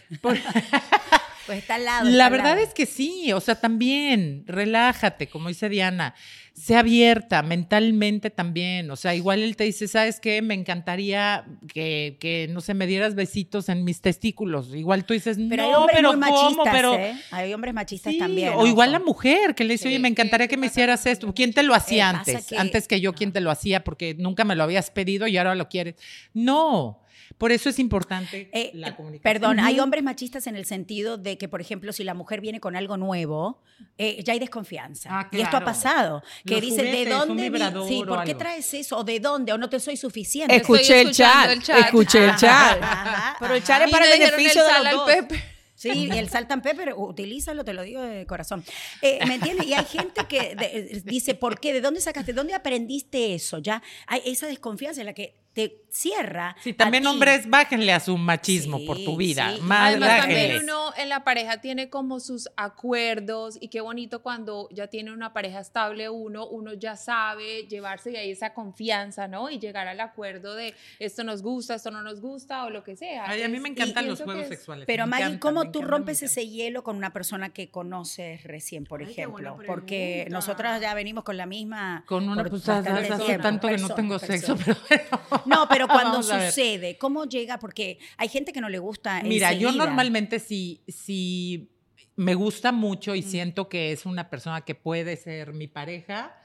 Speaker 3: Pues está al lado. está
Speaker 5: La
Speaker 3: al
Speaker 5: verdad
Speaker 3: lado.
Speaker 5: es que sí, o sea, también, relájate, como dice Diana, sé abierta mentalmente también, o sea, igual él te dice, ¿sabes qué? Me encantaría que, que, no sé, me dieras besitos en mis testículos, igual tú dices,
Speaker 3: Pero hay
Speaker 5: no,
Speaker 3: hombres
Speaker 5: pero
Speaker 3: muy
Speaker 5: ¿cómo?
Speaker 3: machistas,
Speaker 5: Pero,
Speaker 3: ¿eh? Hay hombres machistas
Speaker 5: Sí,
Speaker 3: también.
Speaker 5: O igual la
Speaker 3: ojo.
Speaker 5: mujer que le dice,
Speaker 4: Sí,
Speaker 5: oye, me
Speaker 4: sí,
Speaker 5: encantaría
Speaker 4: sí
Speaker 5: que me
Speaker 4: pasa
Speaker 5: hicieras
Speaker 4: mucho.
Speaker 5: esto. ¿Quién te lo hacía
Speaker 3: Eh, pasa
Speaker 5: antes?
Speaker 3: que-
Speaker 5: Antes que yo, ¿quién te lo hacía? Porque nunca me lo habías pedido y ahora lo quieres. No, por eso es importante
Speaker 3: Eh, eh,
Speaker 5: la comunicación.
Speaker 3: perdón, hay
Speaker 5: Ujú.
Speaker 3: hombres machistas en el sentido de que, por ejemplo, si la mujer viene con algo nuevo, eh, ya hay desconfianza.
Speaker 5: Ah,
Speaker 3: Y esto ha
Speaker 5: claro.
Speaker 3: pasado. Que
Speaker 5: Los
Speaker 3: dicen,
Speaker 5: juguetes,
Speaker 3: ¿de
Speaker 5: un
Speaker 3: dónde? vi-
Speaker 5: vibrador
Speaker 3: Sí,
Speaker 5: o
Speaker 3: ¿por qué
Speaker 5: algo?"
Speaker 3: traes eso? ¿O de dónde? ¿O no te soy suficiente?
Speaker 4: Escu-
Speaker 2: Escuché el
Speaker 4: escuchando
Speaker 2: chat,
Speaker 4: el chat.
Speaker 2: escuché el
Speaker 3: Ajá,
Speaker 2: chat.
Speaker 3: ajá,
Speaker 2: Pero el
Speaker 3: ajá.
Speaker 2: chat
Speaker 4: Y
Speaker 2: es para
Speaker 4: me
Speaker 2: el
Speaker 4: dijeron
Speaker 2: beneficio de
Speaker 4: sal
Speaker 2: los
Speaker 4: al
Speaker 2: dos.
Speaker 4: Pepe.
Speaker 3: Sí, el salt and pepper, utilízalo, te lo digo de corazón. Eh, ¿Me entiendes? Y hay gente que de- dice, ¿por qué? ¿De dónde sacaste? ¿De dónde aprendiste eso? Ya hay esa desconfianza en la que te cierra.
Speaker 5: Sí,
Speaker 3: a
Speaker 5: también
Speaker 3: ti.
Speaker 5: hombres, bájenle a su machismo por
Speaker 3: Sí,
Speaker 5: tu vida.
Speaker 3: sí.
Speaker 5: Más
Speaker 4: Además,
Speaker 5: bájenle.
Speaker 4: también uno en la pareja tiene como sus acuerdos y qué bonito cuando ya tiene una pareja estable uno, uno ya sabe llevarse de ahí esa confianza, ¿no? Y llegar al acuerdo de esto nos gusta, esto no nos gusta o lo que sea.
Speaker 5: Ay, a mí
Speaker 4: Es-
Speaker 5: me
Speaker 4: y
Speaker 5: encantan los
Speaker 4: pienso que
Speaker 5: juegos
Speaker 4: es-
Speaker 5: sexuales.
Speaker 3: Pero
Speaker 5: me
Speaker 3: Maggie,
Speaker 5: encantan,
Speaker 3: ¿cómo
Speaker 5: me
Speaker 3: tú
Speaker 5: encantan, me
Speaker 3: rompes
Speaker 5: encantan.
Speaker 3: ese hielo con una persona que conoces recién, por
Speaker 2: Ay, qué buena
Speaker 3: ejemplo?
Speaker 2: pregunta.
Speaker 3: Porque nosotras ya venimos con la misma...
Speaker 5: Con una,
Speaker 3: por
Speaker 5: pues,
Speaker 3: bastante
Speaker 5: hace hace
Speaker 3: tiempo.
Speaker 5: tanto que no
Speaker 3: Persona,
Speaker 5: tengo sexo,
Speaker 3: persona.
Speaker 5: pero bueno.
Speaker 3: No, pero cuando
Speaker 5: Vamos a ver.
Speaker 3: sucede, ¿cómo llega? Porque hay gente que no le gusta
Speaker 5: Mira, yo
Speaker 3: enseguida.
Speaker 5: normalmente si, si me gusta mucho
Speaker 3: Mm.
Speaker 5: y siento que es una persona que puede ser mi pareja,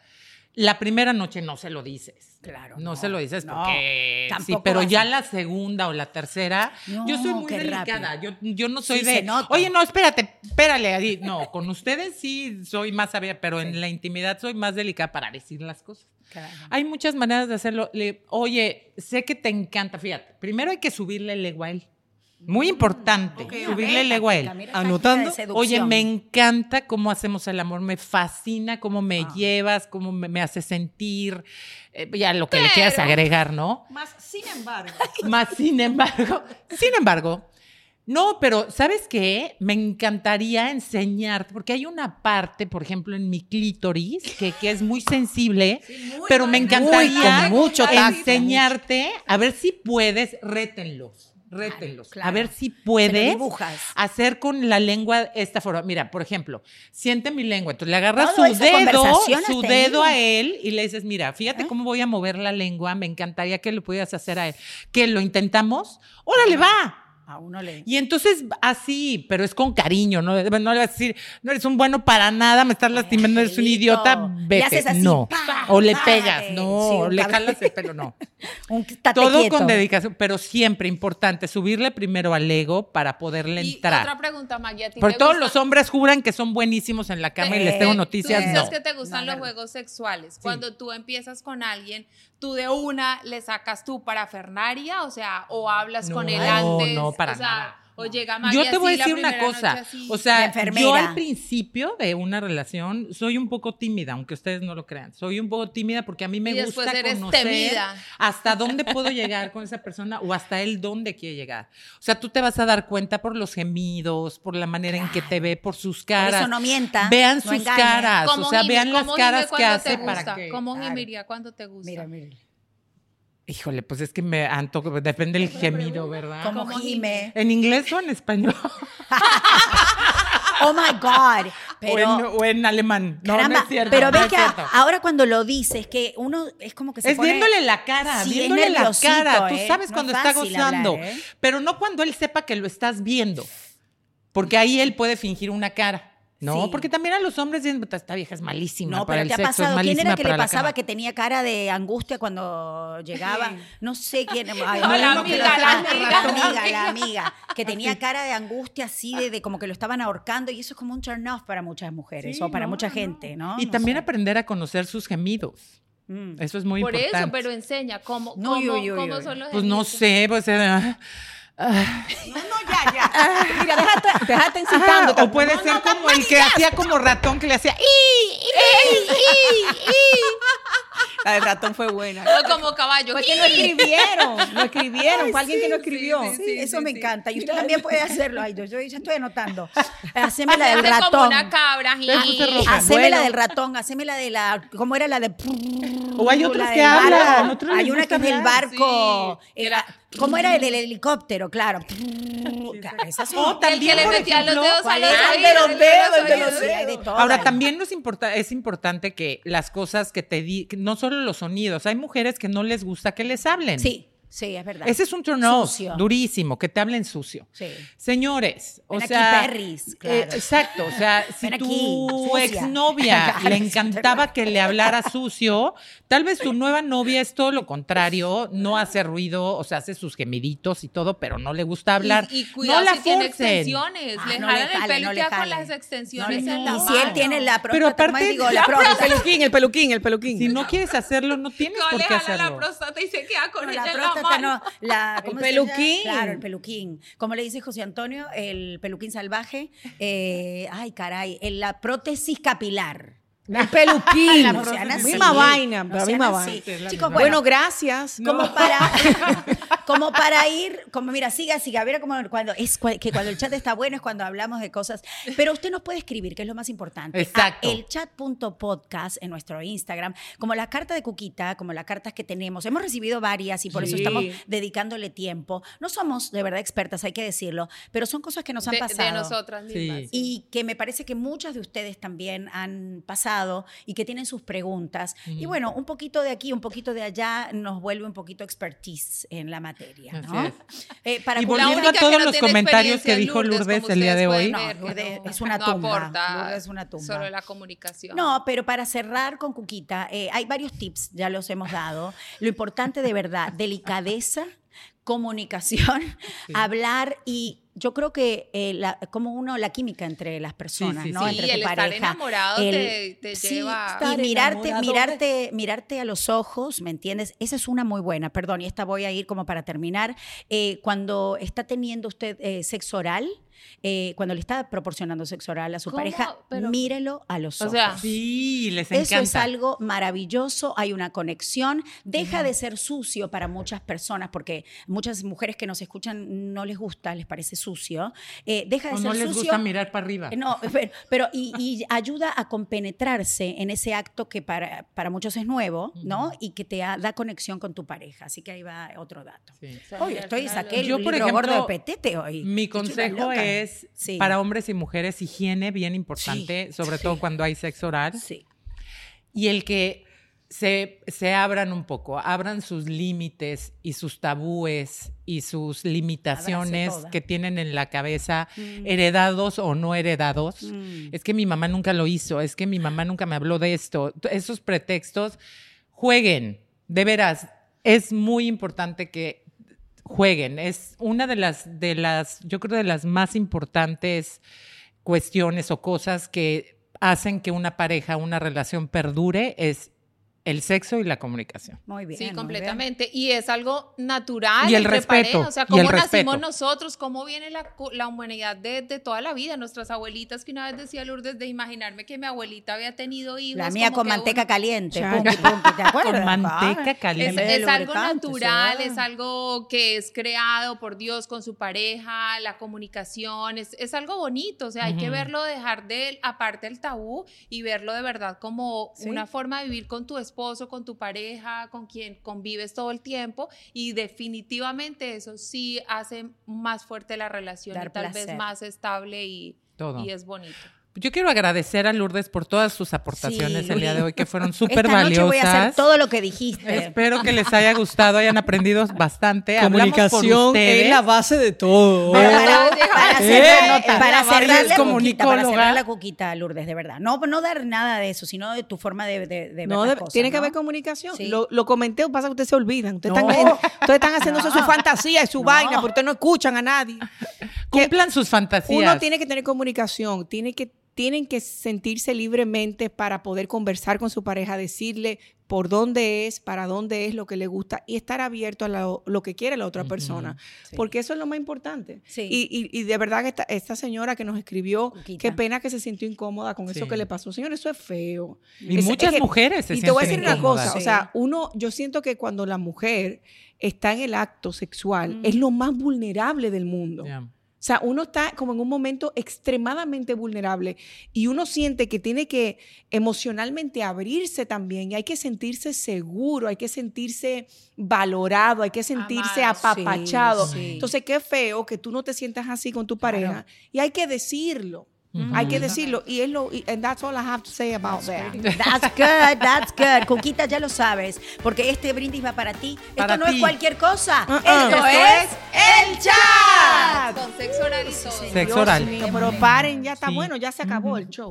Speaker 5: la primera noche no se lo dices.
Speaker 3: Claro,
Speaker 5: No,
Speaker 3: no,
Speaker 5: se lo dices
Speaker 3: no,
Speaker 5: porque sí,
Speaker 3: tampoco
Speaker 5: pero
Speaker 3: vas
Speaker 5: ya
Speaker 3: a-
Speaker 5: la segunda o la tercera,
Speaker 3: No,
Speaker 5: yo soy muy
Speaker 3: qué
Speaker 5: delicada. Yo,
Speaker 3: rápido.
Speaker 5: yo no soy
Speaker 3: Sí, se
Speaker 5: de.
Speaker 3: nota.
Speaker 5: Oye, no, espérate, espérale. Adi". No, con ustedes sí soy más sabia, pero en la intimidad soy más delicada para decir las cosas.
Speaker 3: Claro.
Speaker 5: Hay muchas maneras de hacerlo. Le- Oye, sé que te encanta. Fíjate, primero hay que subirle el ego a él. Muy importante, subirle el ego a él.
Speaker 3: Mira, táctica de
Speaker 1: Anotando.
Speaker 3: seducción.
Speaker 5: Oye, me encanta cómo hacemos el amor, me fascina cómo me llevas, cómo me, me hace sentir, eh, ya lo que le quieras agregar, ¿no?
Speaker 1: Más, sin embargo,
Speaker 5: Más sin embargo, sin embargo, no, pero ¿sabes qué? Me encantaría enseñarte, porque hay una parte, por ejemplo, en mi clítoris, que, que es muy sensible, pero me encantaría
Speaker 1: Uy, con mucho tacto.
Speaker 5: enseñarte, a ver si puedes, rétenlos, rétenlos,
Speaker 3: claro.
Speaker 5: a ver si
Speaker 3: Se lo
Speaker 5: puedes
Speaker 3: dibujas.
Speaker 5: hacer con la lengua esta forma. Mira, por ejemplo, siente mi lengua. Entonces le agarras
Speaker 3: Todo
Speaker 5: su
Speaker 3: esa
Speaker 5: dedo,
Speaker 3: conversación has
Speaker 5: su
Speaker 3: tenido.
Speaker 5: dedo a él y le dices, mira, fíjate cómo voy a mover la lengua. Me encantaría que lo pudieras hacer a él. Que lo intentamos. Órale, va.
Speaker 3: A uno le...
Speaker 5: Y entonces así, pero es con cariño, ¿no? No le vas a decir, no eres un bueno para nada, me estás lastimando, eres un
Speaker 3: Angelito.
Speaker 5: idiota,
Speaker 3: Le
Speaker 5: vete.
Speaker 3: haces así,
Speaker 5: no.
Speaker 3: pa,
Speaker 5: o le
Speaker 3: pa,
Speaker 5: pegas,
Speaker 3: de-
Speaker 5: no,
Speaker 3: sí,
Speaker 5: o
Speaker 3: un
Speaker 5: le
Speaker 3: tab-
Speaker 5: jalas el pelo, no.
Speaker 3: Un tate
Speaker 5: Todo
Speaker 3: quieto.
Speaker 5: con dedicación, pero siempre importante subirle primero al ego para poderle
Speaker 4: Y
Speaker 5: entrar.
Speaker 4: otra pregunta, Maggie, ¿a ti
Speaker 5: Por
Speaker 4: te
Speaker 5: todos
Speaker 4: gusta-
Speaker 5: los hombres juran que son buenísimos en la cama y les tengo
Speaker 3: Eh,
Speaker 5: noticias,
Speaker 4: Tú dices
Speaker 5: no.
Speaker 4: que te gustan
Speaker 3: No,
Speaker 4: los
Speaker 3: no.
Speaker 4: juegos sexuales. Cuando tú empiezas con alguien, tú de una le sacas tu parafernaria, o sea, o hablas
Speaker 5: No,
Speaker 4: con él
Speaker 5: no,
Speaker 4: antes.
Speaker 5: no, para
Speaker 4: o sea,
Speaker 5: nada.
Speaker 4: O llega Maggie
Speaker 5: Yo te voy a
Speaker 4: así la
Speaker 5: decir una
Speaker 4: primera
Speaker 5: cosa,
Speaker 4: noche así.
Speaker 5: o
Speaker 3: La
Speaker 5: sea,
Speaker 3: enfermera.
Speaker 5: yo al principio de una relación soy un poco tímida, aunque ustedes no lo crean. Soy un poco tímida porque a mí me
Speaker 4: Y después
Speaker 5: gusta
Speaker 4: eres
Speaker 5: conocer
Speaker 4: temida.
Speaker 5: hasta dónde puedo llegar con esa persona o hasta él dónde quiere llegar. O sea, tú te vas a dar cuenta por los gemidos, por la manera en que te ve, por sus
Speaker 3: Por
Speaker 5: caras.
Speaker 3: eso no mienta.
Speaker 5: vean
Speaker 3: no
Speaker 5: sus
Speaker 3: engañe.
Speaker 5: caras, o
Speaker 4: ¿Cómo
Speaker 5: sea,
Speaker 4: gime-
Speaker 5: vean las
Speaker 4: cómo gime
Speaker 5: caras que
Speaker 4: cuando te
Speaker 5: hace para
Speaker 4: gusta?
Speaker 5: que
Speaker 4: ¿Cómo
Speaker 5: claro.
Speaker 4: gemiría cuando te gusta?
Speaker 3: Mira, mira.
Speaker 5: Híjole, pues es que me antojo, depende del gemido,
Speaker 2: Ah,
Speaker 5: ¿verdad?
Speaker 3: Como gime.
Speaker 5: ¿En inglés o en español?
Speaker 3: Oh my God. Pero.
Speaker 5: o, en, o en alemán. No,
Speaker 3: caramba,
Speaker 5: no es cierto.
Speaker 3: pero
Speaker 5: no
Speaker 3: ves
Speaker 5: es
Speaker 3: que
Speaker 5: cierto.
Speaker 3: a- ahora cuando lo dices, que uno es como que se
Speaker 5: es
Speaker 3: pone-
Speaker 5: viéndole la cara,
Speaker 3: Sí, es
Speaker 5: viéndole la
Speaker 3: nerviosito,
Speaker 5: cara. Tú
Speaker 3: ¿eh?
Speaker 5: sabes
Speaker 3: No
Speaker 5: cuando
Speaker 3: es
Speaker 5: está
Speaker 3: fácil
Speaker 5: gozando,
Speaker 3: hablar, ¿eh?
Speaker 5: pero no cuando él sepa que lo estás viendo, porque ahí él puede fingir una cara. No,
Speaker 3: Sí.
Speaker 5: porque también a los hombres dicen, "Puta, esta vieja es malísima
Speaker 3: No,
Speaker 5: para
Speaker 3: pero
Speaker 5: el
Speaker 3: ¿qué ha
Speaker 5: sexo, es
Speaker 3: pasado? ¿Quién
Speaker 5: malísima
Speaker 3: era que le
Speaker 5: para la
Speaker 3: pasaba
Speaker 5: cama".
Speaker 3: que tenía cara de angustia cuando llegaba? No sé quién. ay,
Speaker 4: No, la
Speaker 3: uno que lo
Speaker 4: amiga, la
Speaker 3: estaba-
Speaker 4: amiga,
Speaker 3: la
Speaker 4: la
Speaker 3: amiga, la
Speaker 4: amiga.
Speaker 3: amiga, Que tenía cara de angustia así, de, de como que lo estaban ahorcando. Y eso es como un turn off para muchas mujeres
Speaker 5: Sí,
Speaker 3: o para
Speaker 5: no,
Speaker 3: mucha
Speaker 5: no.
Speaker 3: gente, ¿no?
Speaker 5: Y
Speaker 3: No
Speaker 5: también
Speaker 3: sé.
Speaker 5: aprender a conocer sus gemidos.
Speaker 3: Mm.
Speaker 5: Eso es muy
Speaker 4: Por
Speaker 5: importante.
Speaker 4: eso, pero enseña cómo,
Speaker 3: No,
Speaker 4: cómo,
Speaker 3: yo, yo,
Speaker 4: cómo
Speaker 3: yo,
Speaker 4: son los
Speaker 5: Pues no
Speaker 4: gemidos.
Speaker 5: sé, pues...
Speaker 3: Ah,
Speaker 5: eh,
Speaker 1: No, no, ya, ya.
Speaker 2: Mira, déjate, déjate
Speaker 5: Ah,
Speaker 2: incitando.
Speaker 5: o puede ser como el que hacía como ratón que le hacía. "Ih",
Speaker 2: La del ratón fue buena.
Speaker 4: O como caballo.
Speaker 2: Porque no escribieron, no escribieron, fue alguien que no escribió.
Speaker 3: Sí, eso me encanta. Y usted también puede hacerlo. Ay, yo, yo ya estoy anotando. Haceme la
Speaker 4: Hace
Speaker 3: del
Speaker 4: como
Speaker 3: ratón.
Speaker 4: una cabra.
Speaker 5: Te puse roja.
Speaker 3: Haceme la
Speaker 5: Bueno.
Speaker 3: del ratón, haceme la de la. ¿Cómo era la de.?
Speaker 5: O hay otros
Speaker 3: la
Speaker 5: que
Speaker 3: del
Speaker 5: hablan.
Speaker 3: barco?
Speaker 5: otros les
Speaker 3: Hay una
Speaker 5: gusta
Speaker 3: que es del
Speaker 5: hablar.
Speaker 3: barco.
Speaker 4: Sí, que
Speaker 3: Era- ¿Cómo era el del helicóptero? Claro. Esas
Speaker 4: Oh,
Speaker 3: son-
Speaker 5: O también,
Speaker 4: el que
Speaker 5: por
Speaker 4: le metía
Speaker 5: ejemplo,
Speaker 4: los dedos a
Speaker 3: ¿cuál
Speaker 4: los
Speaker 3: era?
Speaker 4: oídos.
Speaker 3: El de los
Speaker 4: el de
Speaker 3: dedos, el de los
Speaker 4: oídos.
Speaker 3: dedos. hay de todo,
Speaker 5: Ahora
Speaker 3: hay.
Speaker 5: también nos importa, es importante que las cosas que te di, que no solo los sonidos, hay mujeres que no les gusta que les hablen.
Speaker 3: Sí, sí, es verdad.
Speaker 5: Ese es un turn off
Speaker 3: Sucio.
Speaker 5: durísimo, que te hablen sucio.
Speaker 3: Sí.
Speaker 5: Señores, o
Speaker 3: Ven aquí,
Speaker 5: sea, eh,
Speaker 3: perris, claro.
Speaker 5: exacto, o sea, si
Speaker 3: Ven aquí,
Speaker 5: tu
Speaker 3: sucia.
Speaker 5: exnovia
Speaker 3: Claro,
Speaker 5: le
Speaker 3: sí,
Speaker 5: encantaba que le hablara sucio, tal vez tu nueva novia es todo lo contrario, no hace ruido, o sea, hace sus gemiditos y todo, pero no le gusta hablar.
Speaker 4: Y, y cuidado
Speaker 5: no la
Speaker 4: si tiene
Speaker 5: forcen.
Speaker 4: extensiones.
Speaker 3: Ah,
Speaker 4: le
Speaker 3: no le
Speaker 4: jalan el
Speaker 3: jalen,
Speaker 4: pelo
Speaker 3: no
Speaker 4: y
Speaker 3: le
Speaker 4: queda con
Speaker 3: jalen.
Speaker 4: las extensiones
Speaker 3: No,
Speaker 4: en
Speaker 3: no,
Speaker 4: la
Speaker 3: y si
Speaker 4: mano.
Speaker 3: él tiene la
Speaker 5: Pero
Speaker 3: próstata, ¿cómo
Speaker 5: aparte-
Speaker 3: digo, la próstata.
Speaker 2: peluquín, el peluquín, el peluquín.
Speaker 5: Si no quieres hacerlo, no tienes
Speaker 4: No,
Speaker 5: por
Speaker 4: le
Speaker 5: qué
Speaker 4: jala la
Speaker 5: hacerlo.
Speaker 4: próstata y se queda con
Speaker 3: No,
Speaker 4: ella
Speaker 3: la
Speaker 4: en la
Speaker 3: próstata
Speaker 4: mano.
Speaker 3: no, la, ¿cómo se llama?
Speaker 2: peluquín.
Speaker 3: Claro, el peluquín. Como le dice José Antonio, el peluquín salvaje, eh, ay caray, el- la prótesis capilar.
Speaker 2: El peluquín.
Speaker 3: La próstata,
Speaker 2: misma
Speaker 3: sí.
Speaker 2: vaina,
Speaker 3: No
Speaker 2: la
Speaker 3: sean
Speaker 2: misma
Speaker 3: así.
Speaker 2: vaina.
Speaker 3: Chicos,
Speaker 2: Bueno,
Speaker 3: bueno,
Speaker 2: gracias.
Speaker 3: como para como para ir como mira siga siga mira como cuando es cua- que cuando el chat está bueno es cuando hablamos de cosas pero usted nos puede escribir que es lo más importante
Speaker 5: Exacto.
Speaker 3: el chat.podcast en nuestro Instagram como la carta de Cuquita como las cartas que tenemos hemos recibido varias y por eso
Speaker 2: Sí.
Speaker 3: estamos dedicándole tiempo no somos de verdad expertas hay que decirlo pero son cosas que nos han
Speaker 4: De,
Speaker 3: pasado
Speaker 4: de nosotras mismas.
Speaker 5: Sí.
Speaker 3: y que me parece que muchas de ustedes también han pasado y que tienen sus preguntas. Y bueno, un poquito de aquí, un poquito de allá nos vuelve un poquito expertise en la materia. ¿no?
Speaker 5: Así
Speaker 3: Eh, para
Speaker 5: Y
Speaker 3: curar-
Speaker 4: La
Speaker 5: Volviendo
Speaker 4: única
Speaker 5: a
Speaker 4: que
Speaker 5: todos
Speaker 4: no
Speaker 5: los
Speaker 4: tiene
Speaker 5: comentarios
Speaker 4: experiencia
Speaker 5: que
Speaker 4: es
Speaker 5: dijo Lourdes
Speaker 4: como
Speaker 5: el día de
Speaker 4: ustedes
Speaker 5: hoy.
Speaker 4: pueden ver,
Speaker 3: No,
Speaker 4: que
Speaker 3: Lourdes
Speaker 4: no-
Speaker 3: es una
Speaker 4: no
Speaker 3: tumba,
Speaker 4: aporta
Speaker 3: Lourdes es una tumba.
Speaker 4: Solo la comunicación.
Speaker 3: No, pero para cerrar con Cuquita, eh, hay varios tips, ya los hemos dado. Lo importante de verdad, delicadeza, comunicación, hablar y yo creo que eh, la- como uno, la química entre las personas,
Speaker 5: sí,
Speaker 3: ¿no?
Speaker 5: sí.
Speaker 3: Entre
Speaker 4: Y
Speaker 3: tu
Speaker 4: el estar
Speaker 3: pareja.
Speaker 4: enamorado te- te lleva-
Speaker 3: Y
Speaker 4: Estar
Speaker 3: mirarte,
Speaker 2: enamorado.
Speaker 3: mirarte, mirarte a los ojos, ¿me entiendes? Esa es una muy buena, perdón, y esta voy a ir como para terminar. Eh, cuando está teniendo usted eh, sexo oral, eh, cuando le está proporcionando sexo oral a su
Speaker 4: ¿Cómo?
Speaker 3: pareja,
Speaker 4: Pero-
Speaker 3: mírelo a los
Speaker 4: O
Speaker 3: ojos.
Speaker 4: sea,
Speaker 5: Sí, les
Speaker 3: Eso
Speaker 5: encanta.
Speaker 3: es algo maravilloso, hay una conexión, deja de ser sucio para muchas personas, porque muchas mujeres que nos escuchan no les gusta, les parece sucio. Eh, deja de
Speaker 5: O
Speaker 3: ser
Speaker 5: no les
Speaker 3: sucio.
Speaker 5: gusta mirar para arriba.
Speaker 3: Eh, No, pero, pero y, y ayuda a compenetrarse en ese acto que para, para muchos es nuevo, ¿no? Y que te ha- da conexión con tu pareja. Así que ahí va otro dato.
Speaker 5: Sí.
Speaker 3: Hoy estoy, saqué el
Speaker 5: Yo, por
Speaker 3: libro gordo de
Speaker 5: ejemplo,
Speaker 3: petete hoy.
Speaker 5: Mi
Speaker 3: Estoy una
Speaker 5: consejo
Speaker 3: loca.
Speaker 5: es
Speaker 3: Sí.
Speaker 5: para hombres y mujeres higiene bien importante, sobre todo cuando hay sexo oral
Speaker 3: Sí.
Speaker 5: y el que se, se abran un poco, abran sus límites y sus tabúes y sus limitaciones
Speaker 3: toda.
Speaker 5: que tienen en la cabeza,
Speaker 4: Mm.
Speaker 5: heredados o no heredados. Es que mi mamá nunca lo hizo, es que mi mamá nunca me habló de esto. T- Esos pretextos, jueguen, de veras, es muy importante que jueguen. Es una de las, de las, yo creo, de las más importantes cuestiones o cosas que hacen que una pareja, una relación perdure es el sexo y la comunicación.
Speaker 3: Muy bien.
Speaker 4: Sí,
Speaker 3: muy bien.
Speaker 4: completamente. Y es algo natural.
Speaker 5: Y el
Speaker 4: entre
Speaker 5: respeto,
Speaker 4: pareja. O sea,
Speaker 5: y
Speaker 4: cómo
Speaker 5: el
Speaker 4: nacimos
Speaker 5: respeto.
Speaker 4: nosotros, cómo viene la, cu- la humanidad de, de toda la vida. Nuestras abuelitas, que una vez decía Lourdes, de imaginarme que mi abuelita había tenido hijos.
Speaker 3: La mía
Speaker 4: como
Speaker 3: con
Speaker 4: que
Speaker 3: manteca
Speaker 4: uno-
Speaker 3: caliente.
Speaker 2: Chac.
Speaker 3: punqui, punqui, ¿Te acuerdas?
Speaker 5: Con manteca
Speaker 3: Ah,
Speaker 5: caliente.
Speaker 3: en vez
Speaker 4: Es,
Speaker 3: de
Speaker 4: es algo
Speaker 3: lubricante,
Speaker 4: natural,
Speaker 3: se
Speaker 4: es
Speaker 3: va.
Speaker 4: algo que es creado por Dios con su pareja, la comunicación, es, es algo bonito, o sea, hay que
Speaker 5: Ujú.
Speaker 4: verlo, dejar de aparte el tabú y verlo de verdad como
Speaker 3: Sí.
Speaker 4: una forma de vivir con tu esposo, con tu pareja, con quien convives todo el tiempo y definitivamente eso sí hace más fuerte la relación
Speaker 3: Dar
Speaker 4: y tal
Speaker 3: placer.
Speaker 4: vez más estable y,
Speaker 5: Todo.
Speaker 4: y es bonito.
Speaker 5: Pues Yo quiero agradecer a Lourdes por todas sus aportaciones
Speaker 3: Sí,
Speaker 5: el día de hoy, que fueron súper
Speaker 3: Esta noche
Speaker 5: valiosas.
Speaker 3: voy a hacer todo lo que dijiste.
Speaker 5: Espero que les haya gustado, hayan aprendido bastante. Hablamos por
Speaker 1: Comunicación es
Speaker 5: ustedes.
Speaker 1: la base de todo.
Speaker 3: Pero
Speaker 1: ¿eh?
Speaker 3: para,
Speaker 4: Déjame-
Speaker 3: para
Speaker 1: Eh,
Speaker 3: cerrar,
Speaker 5: nota.
Speaker 3: para
Speaker 5: Lavarles
Speaker 3: cerrar la
Speaker 5: como
Speaker 3: cuquita, para
Speaker 5: nicóloga.
Speaker 3: cerrar la cuquita, Lourdes, de verdad. No, no dar nada de eso, sino de tu forma de, de, de ver
Speaker 2: No,
Speaker 3: las
Speaker 2: de-
Speaker 3: cosas,
Speaker 2: tiene que
Speaker 3: ¿no?
Speaker 2: haber comunicación.
Speaker 3: Sí.
Speaker 2: Lo, lo comenté, pasa que ustedes se olvidan. Ustedes,
Speaker 5: No.
Speaker 2: están, haciendo- ustedes están haciéndose su fantasía y su
Speaker 3: No.
Speaker 2: vaina, porque ustedes no escuchan a nadie.
Speaker 5: Cumplan sus fantasías.
Speaker 2: Uno tiene que tener comunicación, tiene que, tienen que sentirse libremente para poder conversar con su pareja, decirle por dónde es, para dónde es lo que le gusta y estar abierto a lo, lo que quiere la otra
Speaker 5: Ujú,
Speaker 2: persona,
Speaker 3: sí.
Speaker 2: porque eso es lo más importante.
Speaker 3: Sí.
Speaker 2: Y, y- y de verdad que esta, esta señora que nos escribió,
Speaker 3: Cuquita.
Speaker 2: qué pena que se sintió incómoda con eso
Speaker 5: Sí.
Speaker 2: que le pasó. Señor, eso es feo.
Speaker 5: y
Speaker 2: Es-
Speaker 5: muchas
Speaker 2: es que-
Speaker 5: mujeres se
Speaker 2: Y te voy a decir
Speaker 5: sienten
Speaker 2: una
Speaker 5: incómodas.
Speaker 2: cosa, o
Speaker 3: Sí.
Speaker 2: sea, uno, yo siento que cuando la mujer está en el acto sexual,
Speaker 3: Mm.
Speaker 2: es lo más vulnerable del mundo.
Speaker 5: Ya.
Speaker 2: O sea, uno está como en un momento extremadamente vulnerable y uno siente que tiene que emocionalmente abrirse también y hay que sentirse seguro, hay que sentirse valorado, hay que sentirse
Speaker 4: Amado, sí,
Speaker 2: apapachado.
Speaker 3: sí.
Speaker 2: Entonces, qué feo que tú no te sientas así con tu pareja y hay que decirlo.
Speaker 5: Ujú.
Speaker 2: Hay que decirlo y es lo y and that's all I have to say about that.
Speaker 3: That's good, that's good. Cuquita, ya lo sabes, porque este brindis va para ti.
Speaker 5: Para
Speaker 3: Esto no
Speaker 5: ti.
Speaker 3: es cualquier cosa.
Speaker 2: Uh-uh.
Speaker 3: Esto
Speaker 2: Esto
Speaker 3: es el chat.
Speaker 4: Ah, Con sexo oral y todo.
Speaker 5: Sexo oral.
Speaker 2: Dios mío, pero paren, ya está
Speaker 5: Sí.
Speaker 2: bueno, ya se acabó el show.